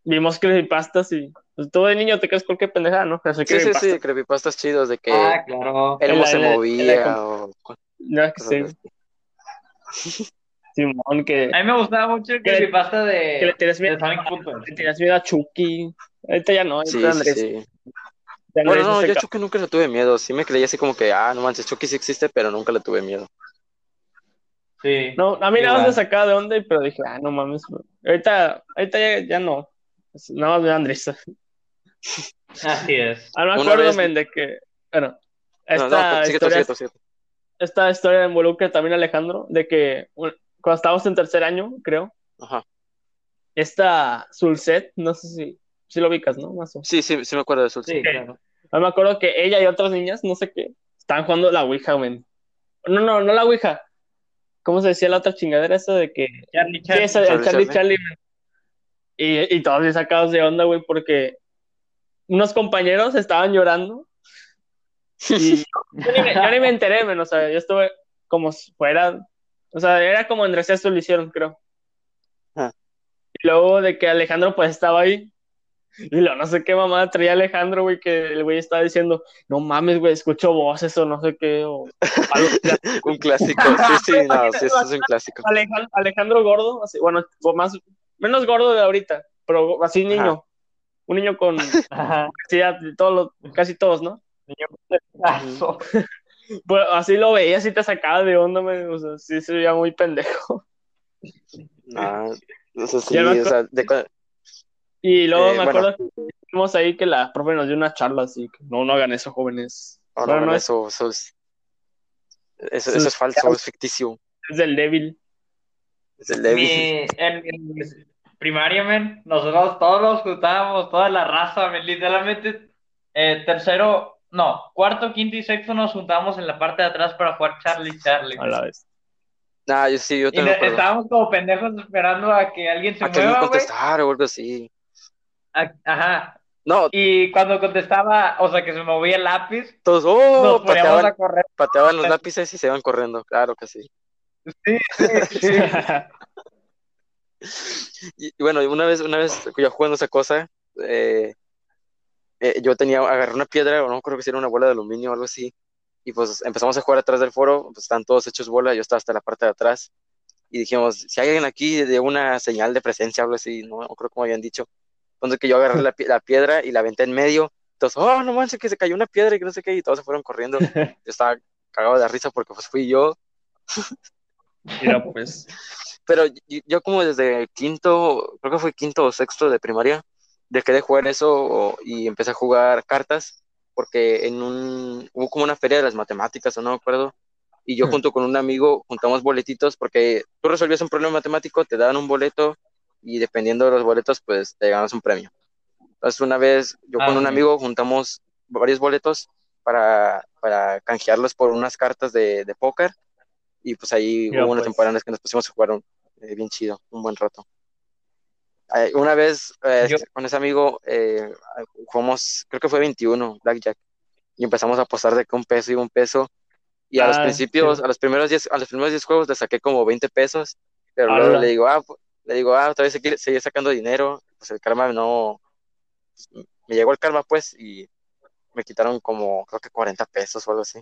Speaker 2: vimos creepypastas y pues, tú de niño te crees cualquier pendejada, ¿no? Pero soy
Speaker 3: Sí, sí, sí,
Speaker 2: creepypasta.
Speaker 3: creepypastas chidos de que
Speaker 1: Ah, claro.
Speaker 3: el
Speaker 2: en
Speaker 3: mo
Speaker 2: la-
Speaker 3: se
Speaker 2: en la- en la
Speaker 3: movía
Speaker 2: compu-
Speaker 3: o
Speaker 2: No, es que
Speaker 3: cosas
Speaker 2: sí. Simón, que,
Speaker 1: A mí me gustaba mucho el
Speaker 2: Que-
Speaker 1: creepypasta de,
Speaker 2: que le tenías
Speaker 1: de
Speaker 2: miedo,
Speaker 1: Sonic Punto.
Speaker 2: le tenías miedo a Chucky. Ahorita ya no, ahorita
Speaker 3: así. Sí, sí,
Speaker 2: Andrés,
Speaker 3: sí.
Speaker 2: Andrés
Speaker 3: Bueno, no,
Speaker 2: se
Speaker 3: yo a
Speaker 2: ca-
Speaker 3: Chucky nunca le tuve miedo. Sí me creía así como que, ah, no manches, Chucky sí existe, pero nunca le tuve miedo.
Speaker 1: Sí.
Speaker 2: No, a mí nada más
Speaker 1: Igual.
Speaker 2: me sacaba de onda, y- pero dije, ah, no mames. bro. Ahorita, ahorita ya, ya no. Pues, Nada más veo a Andrés.
Speaker 1: Así es.
Speaker 2: Ah, no
Speaker 3: Una
Speaker 2: acuerdo,
Speaker 3: vez-
Speaker 2: men, de que, bueno, esta
Speaker 3: No, pues, no, sigue tú,
Speaker 2: historia
Speaker 3: sigue tú, sigue tú.
Speaker 2: esta historia involucra también a Alejandro, de que un- cuando estábamos en tercer año, creo,
Speaker 3: Ajá.
Speaker 2: esta Sulset, no sé si, si lo ubicas, ¿no? Más o menos.
Speaker 3: Sí, sí, sí me acuerdo de eso.
Speaker 1: Sí, claro.
Speaker 2: Ah, me acuerdo que ella y otras niñas, no sé qué, estaban jugando la Ouija, men. No, no, no la Ouija. ¿Cómo se decía la otra chingadera esa de que...
Speaker 1: Charlie,
Speaker 2: Sí,
Speaker 1: Charlie.
Speaker 2: esa, el
Speaker 3: Charlie,
Speaker 2: Charlie
Speaker 3: Charlie.
Speaker 2: Charlie, men. Y, y todos bien sacados de onda, güey, porque unos compañeros estaban
Speaker 3: (laughs)
Speaker 2: llorando. Y yo, ni me, yo ni me enteré, men, o sea, yo estuve como si fuera, o sea, era como en receso lo hicieron, creo.
Speaker 3: Ah.
Speaker 2: Y luego de que Alejandro pues estaba ahí, y luego no sé qué mamá traía Alejandro, güey, que el güey estaba diciendo, no mames, güey, escucho voces o no sé qué,
Speaker 3: (laughs)
Speaker 2: o algo así.
Speaker 3: Un clásico. Sí, sí, no, sí, eso es un clásico.
Speaker 2: Alejandro, Alejandro gordo, así, bueno, o más, menos gordo de ahorita, pero así niño,
Speaker 3: Ajá.
Speaker 2: un niño con,
Speaker 1: Ajá.
Speaker 2: sí, ya, todos los- casi todos, ¿no?
Speaker 1: Paso.
Speaker 2: Pues así lo veías y te sacaba de onda, men, o sea, sí se veía muy pendejo.
Speaker 3: No, eso sí,
Speaker 2: Ya me
Speaker 3: o sea, de cu-
Speaker 2: Y luego
Speaker 3: Eh,
Speaker 2: me
Speaker 3: bueno.
Speaker 2: acuerdo que vimos ahí que la profe nos dio una charla así, que no, no hagan eso, jóvenes.
Speaker 3: oh, no, no,
Speaker 2: Bueno,
Speaker 3: no,
Speaker 2: no es,
Speaker 3: eso, eso es, eso,
Speaker 2: Sus-
Speaker 3: eso es falso, es ficticio.
Speaker 2: es del débil.
Speaker 3: Es el Levi.
Speaker 1: Mi, en, en primaria, men, nosotros todos nos juntábamos, toda la raza, men, literalmente, eh, tercero, no, cuarto, quinto y sexto nos juntábamos en la parte de atrás para jugar Charlie Charlie.
Speaker 2: A la vez.
Speaker 3: Nah, yo sí, yo
Speaker 1: Y
Speaker 3: te lo
Speaker 1: ne-
Speaker 3: acuerdo.
Speaker 1: estábamos como pendejos esperando a que alguien se
Speaker 3: A que alguien
Speaker 1: mueva, güey.
Speaker 3: contestara o algo así.
Speaker 1: A- Ajá.
Speaker 3: No,
Speaker 1: Y cuando contestaba, o sea, que se movía el lápiz,
Speaker 3: todos,
Speaker 1: nos
Speaker 3: oh,
Speaker 1: poníamos
Speaker 3: pateaban,
Speaker 1: a
Speaker 3: (laughs)
Speaker 1: correr.
Speaker 3: pateaban los lápices y se iban corriendo, claro que sí. (laughs) Y, y bueno, una vez, una vez yo jugando esa cosa, eh, eh, yo tenía, agarré una piedra, o no creo que si era una bola de aluminio o algo así, y pues empezamos a jugar atrás del foro, pues están todos hechos bola, yo estaba hasta la parte de atrás, y dijimos, si hay alguien aquí de una señal de presencia o algo así, no, no creo como habían dicho. Entonces que yo agarré la, pie- la piedra y la aventé en medio, entonces, oh, no manches, que se cayó una piedra y que no sé qué, y todos se fueron corriendo. Yo estaba cagado de risa porque pues fui yo,
Speaker 2: Mira, (laughs) pues.
Speaker 3: pero yo, yo como desde quinto, creo que fue quinto o sexto de primaria, dejé de jugar eso o- y empecé a jugar cartas porque en un, hubo como una feria de las matemáticas o no me acuerdo, y yo
Speaker 2: Hmm.
Speaker 3: junto con un amigo juntamos boletitos porque tú resolvías un problema matemático, te daban un boleto y dependiendo de los boletos pues te ganas un premio. Entonces una vez yo
Speaker 1: Ah,
Speaker 3: con un
Speaker 1: sí.
Speaker 3: amigo juntamos varios boletos para, para canjearlos por unas cartas de, de póker y pues ahí
Speaker 2: Mira,
Speaker 3: hubo una
Speaker 2: pues.
Speaker 3: temporada en la que nos pusimos a jugar un- eh, bien chido, un buen rato. Eh, una vez eh,
Speaker 1: Yo-
Speaker 3: con ese amigo eh, jugamos, creo que fue 21, Blackjack, y empezamos a apostar de que un peso y un peso. Y a los
Speaker 2: Ah,
Speaker 3: principios,
Speaker 2: sí.
Speaker 3: a los primeros 10, a los primeros 10 juegos le saqué como 20 pesos, pero
Speaker 2: Ala.
Speaker 3: luego le digo, ah, pu- le Le digo, ah, otra vez se quiere- seguir sacando dinero. Pues el karma no. pues, Me llegó el karma, pues, y me quitaron como, creo que 40 pesos o algo así.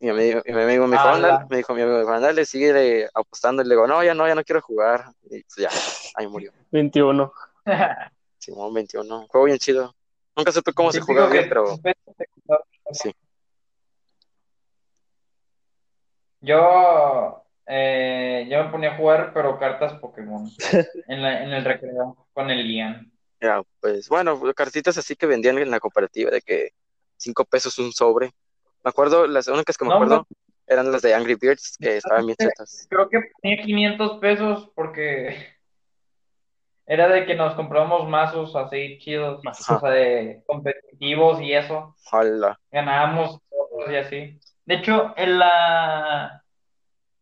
Speaker 3: Y mi amigo, y mi amigo me dijo,
Speaker 1: Ala.
Speaker 3: ándale, me dijo, mi amigo, me dijo, ándale, sigue apostando. Y le digo, no, ya no, ya no quiero jugar. Y pues, ya, ahí murió.
Speaker 2: 21.
Speaker 3: Simón 21. Juego bien chido. Nunca supe cómo se
Speaker 1: Típico
Speaker 3: jugaba
Speaker 1: que-
Speaker 3: bien, pero
Speaker 1: Yo, eh, yo me ponía a jugar, pero cartas
Speaker 3: (laughs)
Speaker 1: Pokémon en, la- en el recreo con el Lian.
Speaker 3: ya, pues bueno, cartitas así que vendían en la cooperativa de que 5 pesos un sobre. Me acuerdo, las únicas que me
Speaker 1: No, hombre.
Speaker 3: acuerdo eran las de Angry Birds, que estaban bien chetas.
Speaker 1: Creo que ponía 500 pesos porque (laughs) era de que nos compramos mazos así chidos,
Speaker 2: Mazos.
Speaker 1: o sea, de competitivos y eso.
Speaker 3: Ojalá.
Speaker 1: Ganábamos nosotros y así. De hecho, en la,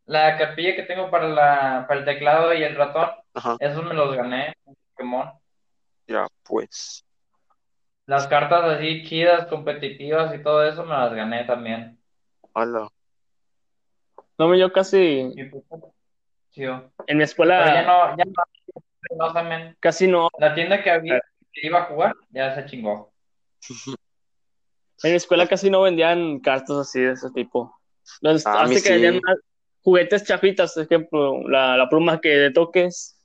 Speaker 1: la capilla que tengo para, la, para el teclado y el ratón,
Speaker 3: Ajá.
Speaker 1: esos me los gané en Pokémon.
Speaker 3: Ya, pues.
Speaker 1: Las cartas así chidas, competitivas y todo eso me las gané también.
Speaker 3: Hola.
Speaker 2: No, yo casi.
Speaker 1: Y pues, chido.
Speaker 2: En
Speaker 1: Pero ya
Speaker 2: mi escuela
Speaker 1: no, ya no, no también.
Speaker 2: casi no.
Speaker 1: La tienda que había que iba a jugar ya se chingó.
Speaker 2: En mi escuela casi no vendían cartas así de ese tipo. Los,
Speaker 3: Ah, a mí
Speaker 2: hasta que
Speaker 3: sí.
Speaker 2: vendían más juguetes chafitas, por ejemplo, la, la pluma que le toques,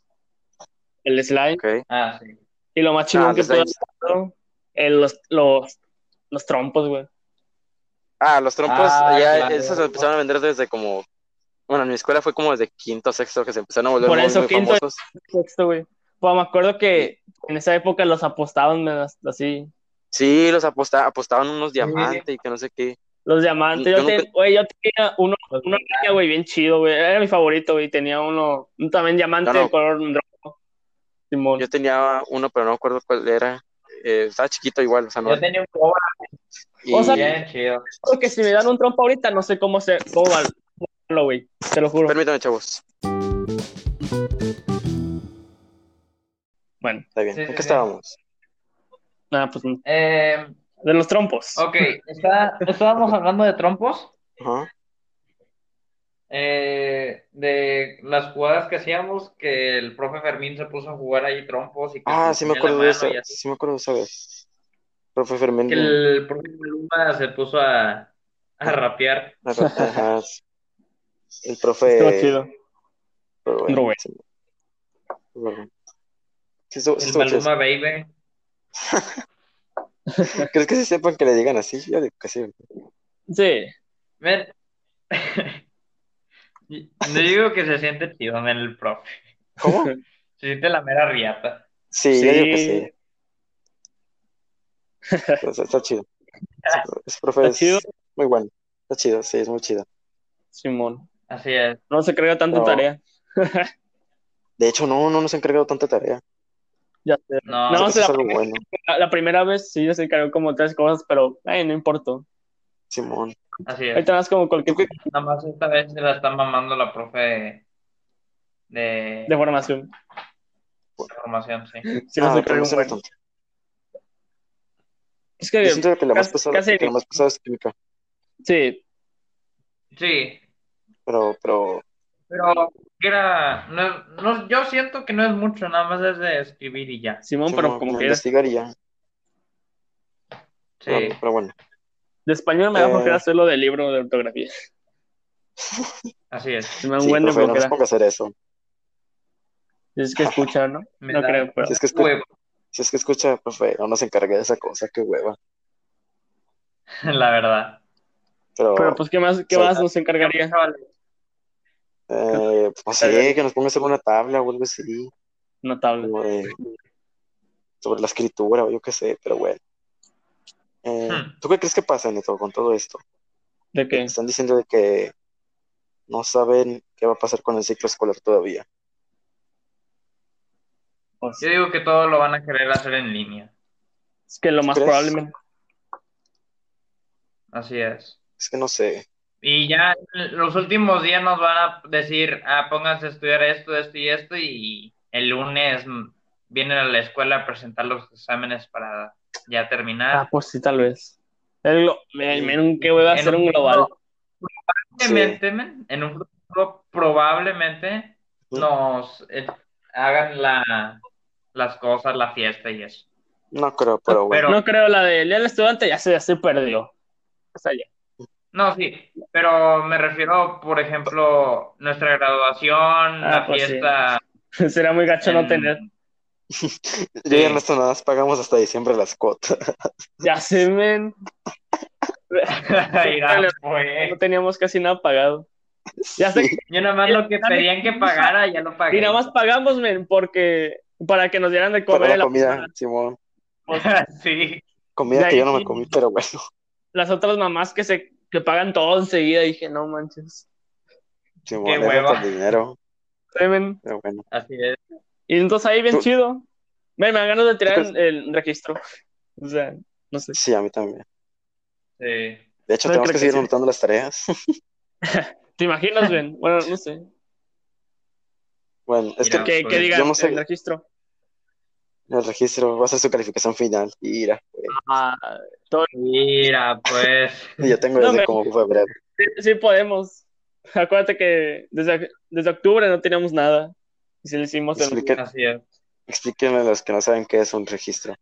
Speaker 2: el slime,
Speaker 3: Ok.
Speaker 1: Ah, sí.
Speaker 2: y lo más chingón
Speaker 3: Ah,
Speaker 2: que
Speaker 3: los slime.
Speaker 2: puedas ¿no? El- los, los, los trompos, güey.
Speaker 3: Ah, los trompos,
Speaker 1: Ah,
Speaker 3: ya
Speaker 1: claro.
Speaker 3: esos se empezaron a vender desde como. Bueno, en mi escuela fue como desde quinto, sexto, que se empezaron a volver
Speaker 2: Por
Speaker 3: muy,
Speaker 2: eso
Speaker 3: muy
Speaker 2: quinto-
Speaker 3: famosos.
Speaker 2: Sexto, güey. Pues me acuerdo que en esa época los apostaban men, hasta así.
Speaker 3: Sí, los aposta- apostaban unos
Speaker 1: Sí.
Speaker 3: diamantes y que no sé qué.
Speaker 2: Los diamantes. Yo,
Speaker 3: Yo nunca-
Speaker 2: ten- güey, yo tenía uno, una línea, güey, bien chido, güey. Era mi favorito, güey. Tenía uno, un también diamante
Speaker 3: No, no.
Speaker 2: de color rojo. Simón.
Speaker 3: Yo tenía uno, pero no me acuerdo cuál era. Eh, estaba chiquito igual, o sea, no.
Speaker 1: Yo tenía un cobra
Speaker 3: Y,
Speaker 2: o sea,
Speaker 1: bien chido.
Speaker 2: Porque si me dan un trompo ahorita, no sé cómo se. ¿Cómo va- cómo hacerlo, güey? Te lo juro.
Speaker 3: Permítame, chavos.
Speaker 2: Bueno,
Speaker 3: Está bien.
Speaker 1: Sí,
Speaker 3: ¿En
Speaker 1: sí,
Speaker 3: qué
Speaker 1: sí.
Speaker 3: estábamos?
Speaker 2: nada, pues de
Speaker 1: Eh,
Speaker 2: los trompos.
Speaker 1: ok, está- estábamos hablando de trompos,
Speaker 3: Ajá.
Speaker 1: eh, de las jugadas que hacíamos, que el profe Fermín se puso a jugar ahí trompos y que
Speaker 3: Ah,
Speaker 1: se
Speaker 3: sí me
Speaker 1: ponía la
Speaker 3: acuerdo de
Speaker 1: mano
Speaker 3: eso.
Speaker 1: y así.
Speaker 3: Sí me acuerdo de esa vez. Profe Fermín.
Speaker 1: Que el profe Maluma se puso a, a rapear. (laughs)
Speaker 3: Ajá. El
Speaker 2: Estuvo
Speaker 3: profe.
Speaker 2: chido.
Speaker 3: Pero bueno,
Speaker 2: Rubén.
Speaker 3: sí. Rubén. Sí, estuvo-
Speaker 2: Pues,
Speaker 3: sí
Speaker 1: El
Speaker 3: estuvo chido.
Speaker 1: Maluma Baby.
Speaker 2: pues.
Speaker 3: ¿Crees que se sepan que le digan así? Yo digo que sí.
Speaker 2: Sí.
Speaker 1: Ven. (laughs) Yo digo que se siente chido en el profe.
Speaker 3: ¿Cómo?
Speaker 1: Se siente la mera riata.
Speaker 3: Sí, yo
Speaker 2: Sí.
Speaker 3: digo que sí. Pero Está,
Speaker 2: (laughs)
Speaker 3: está chido. Ese profe
Speaker 2: Está
Speaker 3: es
Speaker 2: chido.
Speaker 3: muy bueno. Está chido, sí, es muy chido.
Speaker 2: (laughs) Simón.
Speaker 1: Así es.
Speaker 2: No se crea tanta
Speaker 3: No.
Speaker 2: tarea.
Speaker 3: De hecho, no, no nos ha encargado tanta tarea.
Speaker 2: Ya sé.
Speaker 1: No,
Speaker 2: No,
Speaker 3: Creo que
Speaker 2: se
Speaker 3: es
Speaker 2: la-
Speaker 3: algo bueno,
Speaker 2: La, la primera vez sí se encargó como tres cosas, pero ay, no importó.
Speaker 3: Simón.
Speaker 1: así es.
Speaker 2: Ahorita más como cualquier
Speaker 1: Nada más esta vez se la está mamando la profe de, de,
Speaker 2: de formación.
Speaker 1: formación, sí.
Speaker 2: Sí, no se
Speaker 3: Ah, pero no
Speaker 2: encargó
Speaker 3: se
Speaker 2: bueno.
Speaker 3: nota.
Speaker 2: pues Es
Speaker 3: Yo
Speaker 2: que
Speaker 3: siento que la más
Speaker 2: casi-
Speaker 3: pesada,
Speaker 2: casi-
Speaker 3: que la más pesada es química.
Speaker 2: sí,
Speaker 1: Sí,
Speaker 3: Pero, pero,
Speaker 1: pero era, no, no- yo siento que no es mucho, nada más es de escribir y ya.
Speaker 2: Simón,
Speaker 3: sí,
Speaker 2: pero
Speaker 3: no,
Speaker 2: como
Speaker 3: no,
Speaker 2: que
Speaker 3: investigar y ya.
Speaker 1: Sí.
Speaker 3: Pero, pero bueno.
Speaker 2: de español me da
Speaker 3: Eh.
Speaker 2: flojera hacerlo del libro de ortografía.
Speaker 1: Así es.
Speaker 2: Se me da un
Speaker 3: Sí,
Speaker 2: buen de
Speaker 3: profe, no pues, se
Speaker 2: flojera.
Speaker 3: ponga a hacer eso.
Speaker 2: Es que escucha, ¿no?
Speaker 1: (laughs) Me
Speaker 2: No
Speaker 1: da
Speaker 2: creo, pero.
Speaker 3: Si es que escu-
Speaker 1: huevo, (laughs)
Speaker 3: si es que escucha, profe, no nos encargue de esa cosa, qué hueva.
Speaker 1: la verdad.
Speaker 3: Pero,
Speaker 2: Pero pues, ¿qué más, qué
Speaker 3: Sí. ah,
Speaker 2: más nos encargaría?
Speaker 3: eh, pues, no sé, que nos ponga a hacer una tabla o algo así.
Speaker 2: Notable.
Speaker 3: como de- sobre la escritura o yo qué sé, pero bueno. Eh,
Speaker 1: Hmm.
Speaker 3: ¿Tú qué crees que pasa, Neto, con todo esto?
Speaker 2: ¿De qué?
Speaker 3: Están diciendo de que no saben qué va a pasar con el ciclo escolar todavía.
Speaker 2: Pues,
Speaker 1: Yo digo que todo lo van a querer hacer en línea.
Speaker 2: es que lo más
Speaker 3: ¿Crees?
Speaker 2: probable.
Speaker 1: Así es.
Speaker 3: Es que no sé.
Speaker 1: Y ya en los últimos días nos van a decir, ah, pónganse a estudiar esto, esto y esto, y el lunes mm, vienen a la escuela a presentar los exámenes para ya
Speaker 2: Ah,
Speaker 1: terminar.
Speaker 2: pues sí, tal vez. El glo- el menú que voy a
Speaker 1: En
Speaker 2: hacer un
Speaker 1: futuro,
Speaker 2: global.
Speaker 1: probablemente, men, en un futuro probablemente nos eh, hagan la, las cosas, la fiesta y eso.
Speaker 3: No creo, pero bueno.
Speaker 1: Pero-
Speaker 2: No creo la del día del estudiante, ya se, ya se perdió. Está ya. (laughs)
Speaker 1: No, sí, pero me refiero, por ejemplo, nuestra graduación,
Speaker 2: Ah,
Speaker 1: la
Speaker 2: pues sí.
Speaker 1: fiesta.
Speaker 2: Sería muy gacho no
Speaker 1: en- (laughs)
Speaker 2: tener.
Speaker 3: Yo y Ernesto nada más pagamos hasta diciembre las cuotas.
Speaker 2: Ya se men.
Speaker 1: Mira, pues.
Speaker 2: No teníamos casi nada pagado. (laughs) Ya sé
Speaker 3: Sí.
Speaker 1: Yo nada más lo que pedían que pagara, ya lo pagué.
Speaker 2: Y nada más pagamos, men, porque para que nos dieran de comer
Speaker 3: Para
Speaker 2: en
Speaker 3: la
Speaker 2: la
Speaker 3: comida,
Speaker 2: posada.
Speaker 3: Simón.
Speaker 1: (laughs) Sí,
Speaker 2: De
Speaker 3: Comida que
Speaker 2: ahí
Speaker 3: yo no me
Speaker 2: sí.
Speaker 3: comí, pero bueno. (laughs)
Speaker 2: Las otras mamás que se que pagan todo enseguida, dije, no manches.
Speaker 3: Simón,
Speaker 1: Qué
Speaker 3: era
Speaker 1: hueva.
Speaker 3: tanto dinero.
Speaker 2: Sí, men.
Speaker 3: Pero bueno.
Speaker 1: así es.
Speaker 2: Y entonces ahí bien
Speaker 3: Tú-
Speaker 2: chido. Men, me dan ganas de tirar
Speaker 3: ¿Tú
Speaker 2: el, el registro. O sea, no sé.
Speaker 3: Sí, a mí también.
Speaker 1: Sí.
Speaker 3: De hecho,
Speaker 2: No
Speaker 3: tenemos
Speaker 2: creo
Speaker 3: que
Speaker 2: que
Speaker 3: seguir
Speaker 2: sí.
Speaker 3: anotando las tareas. (laughs)
Speaker 2: ¿Te imaginas, men? Bueno, no sé.
Speaker 3: Bueno, es que
Speaker 1: Mira.
Speaker 2: Que, que digan
Speaker 3: pues, Yo no sé.
Speaker 2: el registro.
Speaker 3: el registro va a ser su calificación final. Mira, güey.
Speaker 2: Ah, todo-
Speaker 1: Mira,
Speaker 2: (laughs)
Speaker 1: pues.
Speaker 3: Y Yo tengo
Speaker 2: No,
Speaker 3: desde
Speaker 2: me-
Speaker 3: como febrero.
Speaker 2: sí, sí podemos. Acuérdate que desde, desde octubre no teníamos nada. Y si le hicimos el...
Speaker 3: Explique-
Speaker 1: Así es.
Speaker 3: Explíquenme a los que no saben qué es un registro.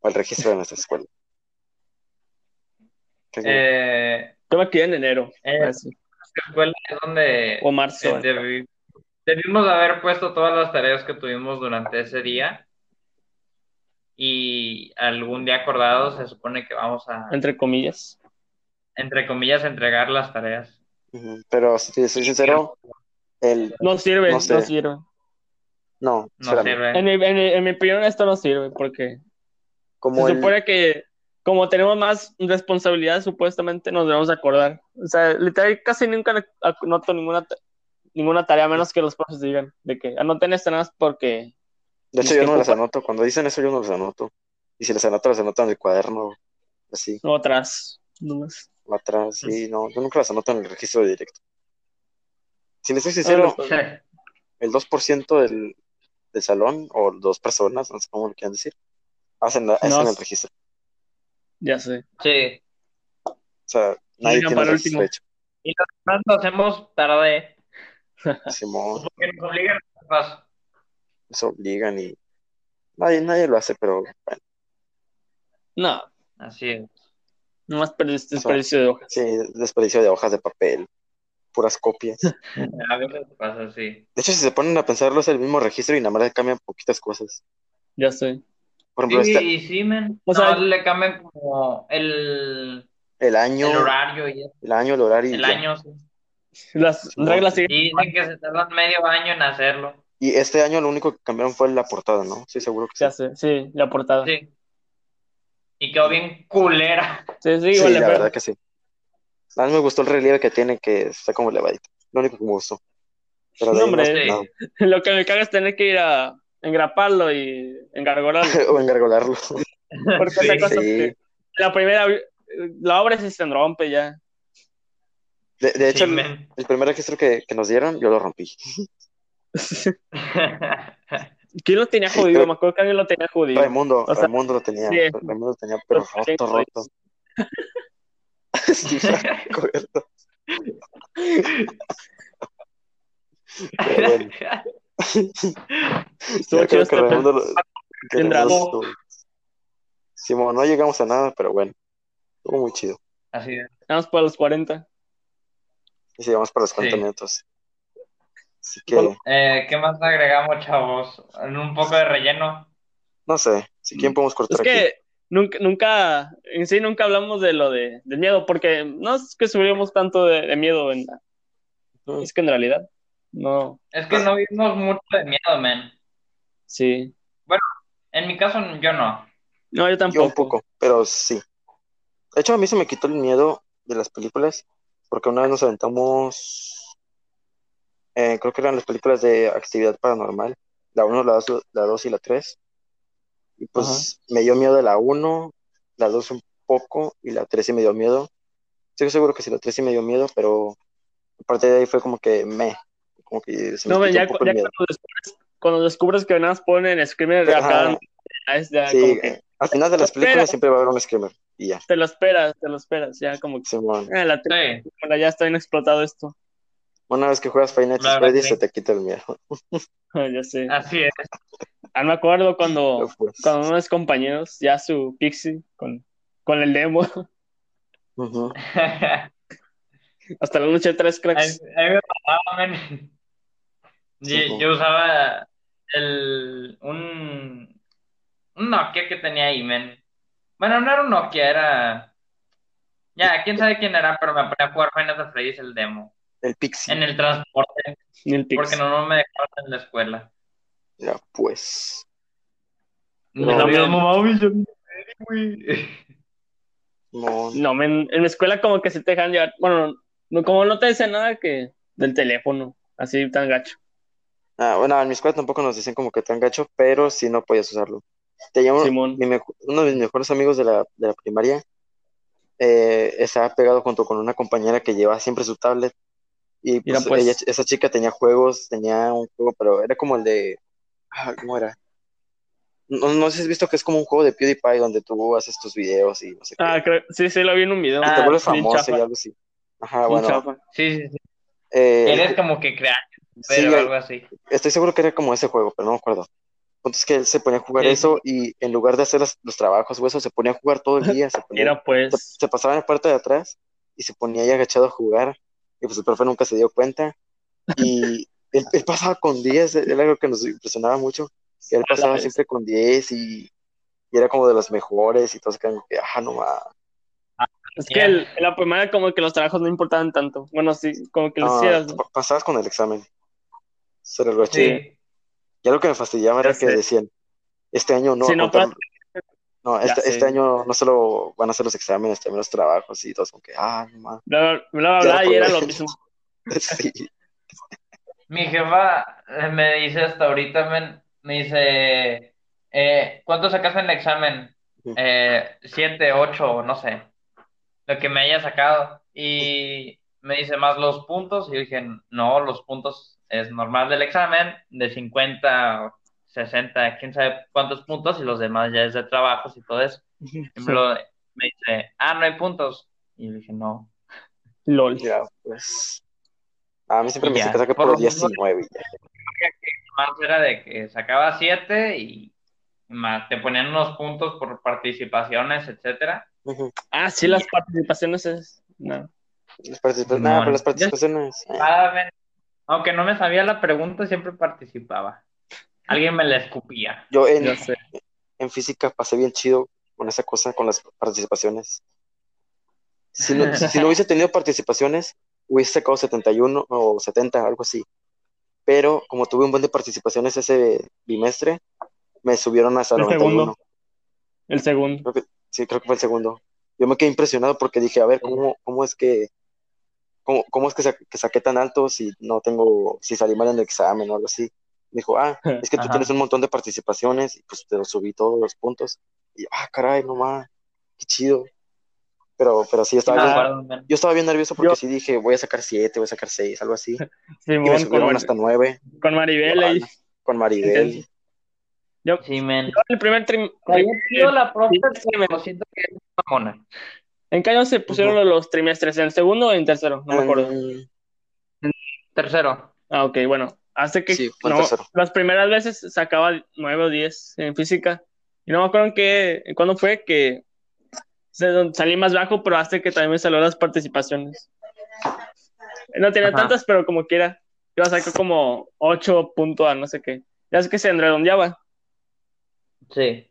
Speaker 3: O el registro de nuestra escuela. Que-
Speaker 1: Eh,
Speaker 2: Yo me quedé en enero.
Speaker 1: eh,
Speaker 2: así,
Speaker 1: la escuela es donde
Speaker 2: Pues, o marzo.
Speaker 1: eh, debi- debimos de haber puesto todas las tareas que tuvimos durante ese día. Y algún día acordado se supone que vamos a,
Speaker 2: entre comillas.
Speaker 1: entre comillas, entregar las tareas.
Speaker 3: Ujú. Pero si te soy sincero, el...
Speaker 2: No sirve,
Speaker 3: No
Speaker 2: no,
Speaker 3: sé.
Speaker 2: sirve.
Speaker 3: No,
Speaker 1: No
Speaker 3: espérame.
Speaker 2: En
Speaker 1: sirve.
Speaker 2: mi, en mi- en mi opinión esto no sirve porque
Speaker 3: Como
Speaker 2: se
Speaker 3: el...
Speaker 2: supone que como tenemos más responsabilidades supuestamente nos debemos de acordar. O sea, literal casi nunca anoto ninguna, ta- ninguna tarea a menos que los profes digan de que anoten estas nada más porque
Speaker 3: De hecho, yo no
Speaker 2: tiempo
Speaker 3: las
Speaker 2: para-
Speaker 3: anoto. Cuando dicen eso, yo no las anoto. Y si las anoto, las anoto en el cuaderno. Así,
Speaker 2: otras. no más.
Speaker 3: atrás.
Speaker 2: Mm.
Speaker 3: Sí, no, yo nunca las anoto en el registro directo. Si les soy
Speaker 2: Ah,
Speaker 3: sincero,
Speaker 2: no, pues,
Speaker 3: el 2% del, del salón, o dos personas, no sé cómo lo quieran decir, hacen, la-
Speaker 2: No,
Speaker 3: hacen el
Speaker 2: es-
Speaker 3: registro.
Speaker 2: ya sé.
Speaker 1: (laughs) Sí.
Speaker 3: O sea, nadie
Speaker 2: Llegan
Speaker 3: tiene
Speaker 2: para
Speaker 3: el
Speaker 2: último.
Speaker 3: registro hecho.
Speaker 1: Tanto hacemos tarde.
Speaker 3: Simón,
Speaker 1: Porque nos obligan a hacer más.
Speaker 3: se obligan y... Nadie, nadie lo hace, pero bueno,
Speaker 2: No,
Speaker 1: Así es.
Speaker 2: nomás perdiste
Speaker 3: O sea,
Speaker 2: desperdicio de hoja.
Speaker 3: sí, desperdicio de hojas de papel, puras copias. De
Speaker 1: A veces pasa así.
Speaker 3: hecho, si se ponen a pensarlo, es el mismo registro y nada más le cambian poquitas cosas.
Speaker 2: Ya sé.
Speaker 3: Por ejemplo, este-
Speaker 1: Sí,
Speaker 3: está
Speaker 1: sí, men.
Speaker 2: O sea-
Speaker 1: No, le cambian como el,
Speaker 3: el año,
Speaker 1: el horario y eso,
Speaker 3: el año, el horario y
Speaker 1: el
Speaker 3: ya.
Speaker 1: año. sí.
Speaker 2: Las
Speaker 3: Simón.
Speaker 2: reglas
Speaker 1: Y
Speaker 2: siguen.
Speaker 1: dicen que se tardan medio año en hacerlo.
Speaker 3: Y este año lo único que cambiaron fue la portada, ¿no? Sí, seguro que sí.
Speaker 2: Ya sé, sí, la portada. Sí,
Speaker 1: Sí. Y quedó bien culera.
Speaker 2: sí,
Speaker 3: Sí,
Speaker 2: igual
Speaker 3: la
Speaker 2: le fue-
Speaker 3: verdad que sí. A mí me gustó el relieve que tiene, que está como elevadito. Lo único que me gustó. Pero de
Speaker 2: No,
Speaker 3: ahí no,
Speaker 2: hombre. eh.
Speaker 3: no. (laughs)
Speaker 2: Lo que me caga es tener que ir a engraparlo y engargolarlo.
Speaker 3: O engargolarlo.
Speaker 2: Porque
Speaker 1: Sí,
Speaker 2: esa cosa
Speaker 3: sí.
Speaker 2: que la primera, la obra sí se rompe ya. (laughs)
Speaker 3: De, de
Speaker 1: Sí,
Speaker 3: hecho, el,
Speaker 1: men.
Speaker 3: el primer registro que, que nos dieron, yo lo rompí.
Speaker 2: ¿Quién lo tenía jodido? Me acuerdo que alguien lo tenía jodido.
Speaker 3: Raimundo,
Speaker 2: O sea,
Speaker 3: Raimundo lo tenía.
Speaker 2: sí. pues,
Speaker 3: Raimundo lo tenía, pero
Speaker 2: Lo tenía
Speaker 3: roto, roto. (laughs)
Speaker 2: (laughs)
Speaker 3: Sí, me acuerdo. Pero bueno,
Speaker 2: Estuvo chido
Speaker 3: yo creo que
Speaker 2: este
Speaker 3: Raimundo lo... que
Speaker 2: Bien
Speaker 3: Raimundo estuvo- Simón, no llegamos a nada, pero bueno. Estuvo muy chido.
Speaker 1: (laughs) Así es.
Speaker 2: Vamos para los 40.
Speaker 3: Y si vamos para los 40
Speaker 1: Sí.
Speaker 3: minutos. Así que,
Speaker 2: Bueno.
Speaker 1: Eh, ¿qué más agregamos, chavos? Un poco de relleno.
Speaker 3: no sé, si quieren podemos cortar
Speaker 2: Mm, Es
Speaker 3: aquí.
Speaker 2: que nunca, nunca, en sí nunca hablamos de lo de, del miedo, porque no es que subimos tanto de, de miedo. En la-
Speaker 3: Mm.
Speaker 2: Es que en realidad, no.
Speaker 1: Es que no vimos mucho de miedo, men.
Speaker 2: Sí.
Speaker 1: En mi caso, yo no.
Speaker 2: No, yo
Speaker 3: Yo un
Speaker 2: tampoco.
Speaker 3: poco, pero sí. De hecho, a mí se me quitó el miedo de las películas, porque una vez nos aventamos, eh, creo que eran las películas de Actividad Paranormal, la 1, la 2, la dos y la 3. Y pues me dio miedo la 1, la 2 un poco, y la 3 sí me dio miedo. Estoy seguro que sí, la 3 sí me dio miedo, pero aparte de ahí fue como que me, como que se me
Speaker 2: No, ven,
Speaker 3: quitó
Speaker 2: ya,
Speaker 3: un
Speaker 2: cu-
Speaker 3: poco
Speaker 2: ya
Speaker 3: el miedo.
Speaker 2: cuando, descubres, cuando descubres que nada más ponen screamer
Speaker 3: Ajá.
Speaker 2: acá, es ya
Speaker 3: Sí,
Speaker 2: como que
Speaker 3: eh, al final de las
Speaker 2: Espera.
Speaker 3: películas siempre va a haber un screamer. Y ya,
Speaker 2: te lo esperas, te lo esperas, ya como que
Speaker 3: Simón.
Speaker 2: eh, la
Speaker 1: Sí.
Speaker 2: película ya está bien explotado esto. (laughs)
Speaker 3: Una vez que juegas Five Nights at
Speaker 1: Claro,
Speaker 3: Freddy's,
Speaker 1: sí.
Speaker 3: se te quita el miedo. (laughs)
Speaker 2: ya sé.
Speaker 1: Así es.
Speaker 2: Ah, me acuerdo cuando,
Speaker 3: Pues,
Speaker 2: cuando unos compañeros, ya su Pixie, con, con el demo, (laughs)
Speaker 3: ujú.
Speaker 1: (laughs)
Speaker 2: hasta la noche tres
Speaker 1: A
Speaker 2: cracks.
Speaker 1: a mí me pasaba, men.
Speaker 3: Sí,
Speaker 1: Yo, yo usaba el, un, un Nokia que tenía ahí, men. Bueno, no era un Nokia, era... Ya, quién sabe quién era, pero me ponía a jugar Final Fantasy Freddy's el demo.
Speaker 3: El Pixie.
Speaker 1: En el transporte,
Speaker 2: Ni el
Speaker 1: porque
Speaker 2: Pixie.
Speaker 1: no, no me dejaban en la escuela.
Speaker 3: Ya, pues.
Speaker 1: No,
Speaker 3: No,
Speaker 1: yo,
Speaker 2: men.
Speaker 1: mami, yo- güey.
Speaker 3: No,
Speaker 2: No, men, en mi escuela como que se te dejan llevar. Bueno, no, como no te decían nada que del teléfono, así tan gacho.
Speaker 3: Ah, bueno, en mis escuela tampoco nos decían como que tan gacho, pero sí no podías usarlo. Tenía un-
Speaker 2: Simón.
Speaker 3: mi mejo- uno de mis mejores amigos de la, de la primaria, eh, estaba pegado junto con una compañera que llevaba siempre su tablet. Y
Speaker 2: Mira,
Speaker 3: pues,
Speaker 2: pues.
Speaker 3: ella- esa chica tenía juegos, tenía un juego, pero era como el de... ah, ¿cómo era? No, no sé si has visto que es como un juego de PewDiePie donde tú haces tus videos y no sé qué.
Speaker 2: Ah, creo, sí, sí, lo vi en un video.
Speaker 3: Y te
Speaker 1: ah,
Speaker 3: vuelves
Speaker 2: bien
Speaker 3: famoso y
Speaker 2: chafa.
Speaker 3: algo así. Ajá,
Speaker 2: Un
Speaker 3: bueno.
Speaker 2: chafa.
Speaker 1: Sí, sí, sí.
Speaker 3: eh,
Speaker 1: Eres como que crear,
Speaker 3: sí,
Speaker 1: pero algo así.
Speaker 3: Estoy seguro que era como ese juego, pero no me acuerdo. El punto es que él se ponía a jugar
Speaker 1: Sí.
Speaker 3: eso y en lugar de hacer las- los trabajos o eso, se ponía a jugar todo el día. Se, ponía-
Speaker 2: Mira,
Speaker 3: se,
Speaker 2: pues,
Speaker 3: se pasaba en la parte de atrás y se ponía ahí agachado a jugar. Y pues el profe nunca se dio
Speaker 2: (laughs)
Speaker 3: cuenta. Y él, él pasaba con 10, era algo que nos impresionaba mucho. que él
Speaker 2: la
Speaker 3: pasaba
Speaker 2: vez.
Speaker 3: siempre con 10 y, y era como de los mejores y todos se quedaban como que, ah, no más.
Speaker 2: es
Speaker 1: ya.
Speaker 2: que el- en la primaria como que los trabajos no importaban tanto. Bueno, sí, como
Speaker 3: Ah,
Speaker 2: que los hacías, ¿no?
Speaker 3: pasabas con el examen. Eso era lo chido.
Speaker 1: Sí.
Speaker 3: Ya lo que me fastidiaba era
Speaker 2: Ya
Speaker 3: que
Speaker 2: sé.
Speaker 3: decían, este año no,
Speaker 2: Si
Speaker 3: a
Speaker 2: no
Speaker 3: contar- no,
Speaker 2: Ya
Speaker 3: este,
Speaker 2: sé.
Speaker 3: este año no solo van a hacer los exámenes, también los trabajos y todos como que, ah, no mames.
Speaker 2: Bla, bla, bla,
Speaker 3: Ya pues.
Speaker 2: bla, y
Speaker 3: recordé.
Speaker 2: era lo mismo.
Speaker 3: (laughs) Sí.
Speaker 1: Mi jefa eh, me dice hasta ahorita, men, me dice, eh, ¿cuánto sacaste en el examen?
Speaker 3: Ujú.
Speaker 1: Eh, siete, ocho, o no sé, lo que me haya sacado. Y me dice, más los puntos. Y yo dije, no, los puntos es normal del examen, de 50 o 60, quién sabe cuántos puntos, y los demás ya es de trabajos y todo eso. Y me lo- me dice, ah, no hay puntos. Y yo dije, no.
Speaker 2: (laughs) LOL.
Speaker 3: Ya, pues. A mí siempre me
Speaker 1: Ya,
Speaker 3: saca que
Speaker 1: por
Speaker 3: por
Speaker 1: lo menos-
Speaker 3: 19. ya.
Speaker 1: más era de que sacaba siete y más te ponían unos puntos por participaciones, etcétera.
Speaker 3: Ujú.
Speaker 2: Ah, sí, las participaciones es... No.
Speaker 3: Las participa-
Speaker 1: Simón.
Speaker 3: nada, pero las
Speaker 1: Ya-
Speaker 3: participaciones. eh,
Speaker 1: Cada vez- aunque no me sabía la pregunta, siempre participaba. Alguien me la escupía.
Speaker 3: Yo en,
Speaker 2: Ya sé.
Speaker 3: en física pasé bien chido con esa cosa, con las participaciones. Si no, si no hubiese tenido participaciones, hubiese sacado 71 o 70, algo así. Pero como tuve un buen de participaciones ese bimestre, me subieron hasta
Speaker 2: El
Speaker 3: 91.
Speaker 2: segundo. El segundo.
Speaker 3: Sí, creo que fue el segundo. Yo me quedé impresionado porque dije, a ver, ¿cómo, cómo es que, cómo, cómo es que, sa- que saqué tan alto si no tengo, si salí mal en el examen o algo así? Me dijo,
Speaker 2: (laughs)
Speaker 3: ah, es que tú
Speaker 1: Ajá.
Speaker 3: tienes un montón de participaciones y pues te lo subí todos los puntos. Y yo, ah, caray, no más, qué chido. Pero, pero sí,
Speaker 1: Sí me
Speaker 3: estaba bien-
Speaker 1: acuerdo, men.
Speaker 3: yo estaba bien nervioso porque
Speaker 2: Yo-
Speaker 3: sí dije, voy a sacar siete, voy a sacar seis, algo
Speaker 2: (laughs)
Speaker 3: así. Y me
Speaker 2: Simón con,
Speaker 3: subieron
Speaker 2: Mar-
Speaker 3: hasta nueve
Speaker 2: con Maribel ahí.
Speaker 3: con Maribel.
Speaker 2: Entonces-
Speaker 1: Sí, men.
Speaker 2: Yo El primer trim...
Speaker 1: Había sido la profe,
Speaker 2: Sí, sí,
Speaker 1: pero siento que es mamona.
Speaker 2: ¿En qué año se pusieron
Speaker 3: Ujú.
Speaker 2: los trimestres? ¿En el segundo o en tercero? No me acuerdo.
Speaker 3: Mm,
Speaker 1: Tercero.
Speaker 2: Ah, ok, bueno. Hace que
Speaker 3: Sí, fue en
Speaker 2: no,
Speaker 3: tercero.
Speaker 2: las primeras veces sacaba 9 o 10 en física. Y no me acuerdo en qué, cuándo fue que se- salí más bajo, pero hace que también me salió las participaciones. No tenía
Speaker 1: Ajá.
Speaker 2: tantas, pero como quiera. Yo saqué como 8 punto a no sé qué. Ya sé que se redondeaba.
Speaker 1: Sí.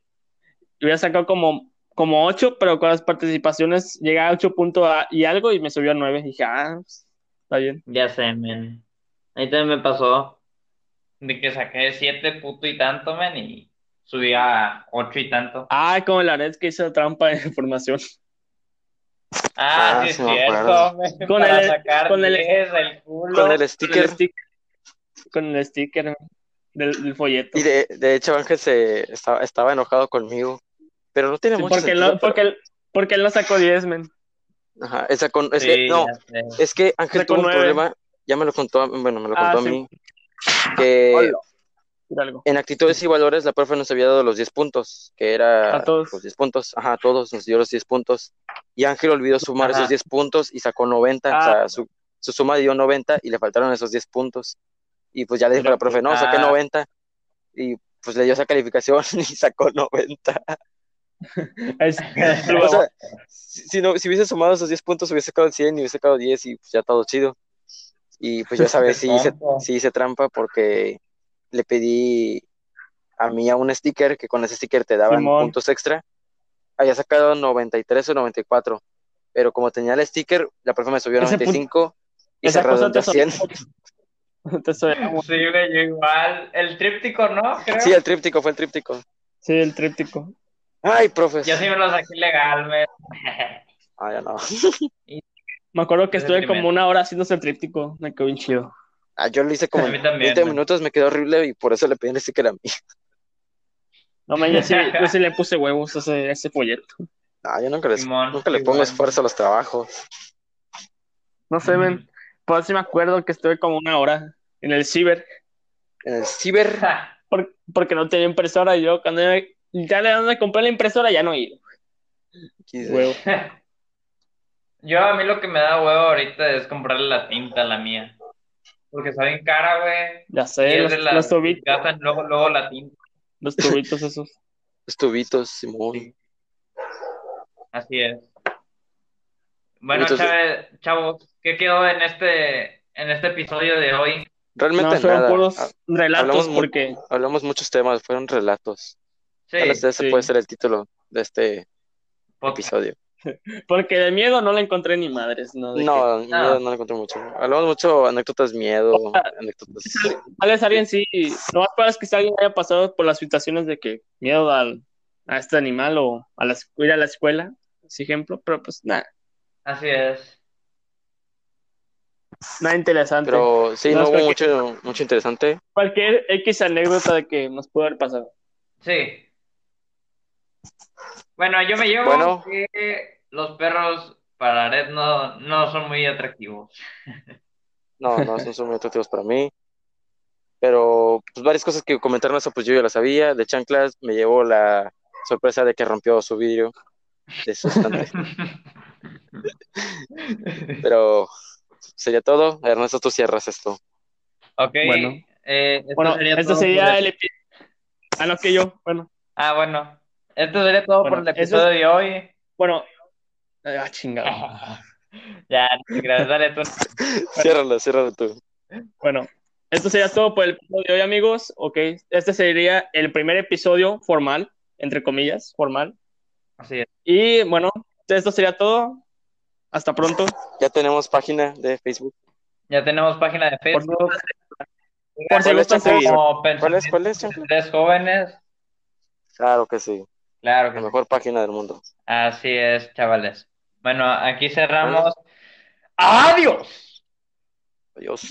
Speaker 2: Yo había sacado como, como 8, pero con las participaciones llegué a 8 punto a y algo y me subió a 9. dije, ah, pues, está bien.
Speaker 1: Ya sé, men. Ahí también me pasó de que saqué siete puto y tanto, men, y subí a ocho y tanto.
Speaker 2: Ah, como la red que hizo trampa de formación.
Speaker 1: Ah,
Speaker 3: Ah,
Speaker 1: sí, es
Speaker 3: sí me
Speaker 1: cierto.
Speaker 3: acuerdo.
Speaker 1: me-
Speaker 2: (laughs) Con
Speaker 1: para
Speaker 2: el-
Speaker 1: sacar
Speaker 2: con el-
Speaker 1: 10 del culo.
Speaker 3: Con el
Speaker 2: Con el
Speaker 3: sticker.
Speaker 2: sticker. Con el sticker del, del folleto.
Speaker 3: Y de, de hecho Ángel se estaba, estaba enojado conmigo, pero no tiene
Speaker 2: Sí,
Speaker 3: mucho
Speaker 2: porque, él
Speaker 3: sentido,
Speaker 2: no,
Speaker 3: pero-
Speaker 2: porque, él, porque él no sacó 10, men.
Speaker 3: ajá, esa con- es
Speaker 1: Sí,
Speaker 3: que, no,
Speaker 1: ya sé.
Speaker 3: es que Ángel
Speaker 2: Sacó
Speaker 3: tuvo un
Speaker 2: nueve.
Speaker 3: problema, ya me lo contó, a- bueno, me lo
Speaker 2: Ah,
Speaker 3: contó
Speaker 2: sí.
Speaker 3: a mí, que
Speaker 2: Hola. Mira algo.
Speaker 3: en actitudes y valores la profe nos había dado los 10 puntos, que era
Speaker 2: A todos.
Speaker 3: los 10 puntos, ajá, a todos nos dio los 10 puntos, y Ángel olvidó sumar
Speaker 1: Ajá.
Speaker 2: Ah.
Speaker 3: esos 10 puntos y sacó 90, o sea, su- su suma dio 90 y le faltaron esos 10 puntos. Y pues ya le dijo a la profe, no,
Speaker 2: ah.
Speaker 3: saqué 90. Y pues le dio esa calificación (laughs) y sacó 90.
Speaker 2: (laughs) Es-
Speaker 3: (laughs) O sea, si, si no, si hubiese sumado esos 10 puntos, hubiese sacado el 100 y hubiese sacado 10 y pues ya todo chido. Y pues yo sabía si
Speaker 1: (laughs)
Speaker 3: hice,
Speaker 1: Tonto.
Speaker 3: sí hice trampa porque le pedí a mí a un sticker que con ese sticker te daban
Speaker 2: Simón.
Speaker 3: puntos extra. Había sacado 93 o 94, pero como tenía el sticker, la profe me subió a
Speaker 2: Ese pun-
Speaker 3: 95 y se
Speaker 2: esa cosa
Speaker 3: redondeó
Speaker 2: te
Speaker 3: a 100.
Speaker 2: sonó- (laughs) te sonó como-
Speaker 1: Sí, güey, yo igual. El tríptico, ¿no? Creo.
Speaker 3: Sí, el tríptico fue el tríptico.
Speaker 2: Sí, el tríptico.
Speaker 3: Ay, profes.
Speaker 1: Yo sí me lo saqué ilegal, güey. (laughs)
Speaker 3: Ah, ya no.
Speaker 2: Me acuerdo que
Speaker 1: Ese
Speaker 2: estuve
Speaker 1: primero.
Speaker 2: como una hora haciéndose el tríptico. Me quedó bien chido.
Speaker 3: Ah, yo lo hice como
Speaker 1: (laughs) A
Speaker 3: en
Speaker 1: mí también,
Speaker 3: 20
Speaker 1: güey.
Speaker 3: minutos, me quedó horrible y por eso le pedí el sticker a mí.
Speaker 2: No, me yo sí, yo sí le puse huevos a ese, a ese folleto.
Speaker 3: Ah, yo nunca les
Speaker 1: Simón,
Speaker 3: Nunca le pongo
Speaker 1: Simón.
Speaker 3: esfuerzo a los trabajos.
Speaker 2: No sé, ven. Por eso Pues sí me acuerdo que estuve como una hora en el ciber.
Speaker 3: En el ciber,
Speaker 2: (laughs)
Speaker 1: Ja,
Speaker 2: por- porque no tenía impresora. Y yo, cuando ya, ya le dan a comprar la impresora, ya no iba.
Speaker 3: quise-
Speaker 2: Huevo.
Speaker 1: ja. (laughs) Yo a mí lo que me da huevo ahorita es comprarle la tinta a la mía. Porque está bien cara, güey.
Speaker 2: Ya
Speaker 1: Y
Speaker 2: sé,
Speaker 1: es
Speaker 2: los,
Speaker 1: de las
Speaker 2: los tubi-
Speaker 1: que gastan luego, luego la tinta.
Speaker 2: los tubitos esos.
Speaker 3: los tubitos, Simón.
Speaker 1: Así es. Bueno,
Speaker 3: Entonces-
Speaker 1: chave- chavos, ¿qué quedó en este, en este episodio de hoy?
Speaker 3: Realmente
Speaker 2: No, fueron
Speaker 3: nada.
Speaker 2: puros
Speaker 3: Ha- hablamos
Speaker 2: relatos
Speaker 3: mu-
Speaker 2: porque
Speaker 3: Hablamos muchos temas, fueron relatos.
Speaker 1: Sí,
Speaker 3: Tal vez ese
Speaker 2: sí.
Speaker 3: puede ser el título de este
Speaker 1: podcast.
Speaker 3: episodio.
Speaker 2: porque de miedo no le encontré ni madres. No, De que-
Speaker 3: No,
Speaker 1: nada.
Speaker 3: no, no lo encontré mucho. Hablamos mucho
Speaker 2: (laughs)
Speaker 3: anécdotas miedo, anécdotas.
Speaker 2: Tal vez alguien sí, no más para que si alguien haya pasado por las situaciones de que miedo al, a este animal o a la, escu- ir a la escuela, por ejemplo, pero pues nada,
Speaker 1: Así es.
Speaker 2: nada interesante.
Speaker 3: Pero sí,
Speaker 2: No,
Speaker 3: no,
Speaker 2: es
Speaker 3: hubo
Speaker 2: porque-
Speaker 3: mucho, mucho interesante.
Speaker 2: Cualquier X anécdota de que nos pudo haber pasado.
Speaker 1: Sí. Bueno, yo me llevo
Speaker 3: Bueno.
Speaker 1: que los perros para Red no, no son muy atractivos.
Speaker 3: No, no, no son muy atractivos para mí. Pero pues varias cosas que comentaron eso, pues yo ya las sabía. De Chanclas me llevó la sorpresa de que rompió su vidrio de su estante. Pero sería todo. Ernesto, tú cierras esto.
Speaker 1: Ok.
Speaker 2: Bueno.
Speaker 1: eh, esto
Speaker 2: Bueno,
Speaker 1: sería
Speaker 2: esto
Speaker 1: todo por
Speaker 2: sería
Speaker 1: el-
Speaker 2: el episodio. Ah, no, que yo, bueno,
Speaker 1: Ah, bueno. Esto sería todo
Speaker 2: Bueno,
Speaker 1: por el
Speaker 2: eso es-
Speaker 1: episodio de hoy. (laughs)
Speaker 2: bueno. Ah, chingado.
Speaker 1: ya, gracias. Dale
Speaker 3: (laughs)
Speaker 1: tú.
Speaker 3: Ciérralo, ciérralo tú.
Speaker 2: Bueno, esto sería todo por el episodio de hoy, amigos. Ok, este sería el primer episodio formal, entre comillas, formal.
Speaker 1: Así es.
Speaker 2: Y bueno, esto sería todo. Hasta pronto.
Speaker 3: Ya tenemos página de Facebook.
Speaker 1: Ya tenemos página de
Speaker 2: Por,
Speaker 1: Facebook.
Speaker 2: por si
Speaker 3: ¿Cuál es,
Speaker 2: gustan
Speaker 3: Chanclas?
Speaker 2: seguir.
Speaker 1: Como
Speaker 3: ¿Cuál es,
Speaker 1: pensamientos
Speaker 3: cuál es, Chanclas?
Speaker 1: de tres jóvenes.
Speaker 3: Claro que sí.
Speaker 1: Claro que
Speaker 3: La
Speaker 1: sí.
Speaker 3: mejor página del mundo.
Speaker 1: Así es, chavales. Bueno, aquí cerramos. ¡Adiós!
Speaker 3: Adiós.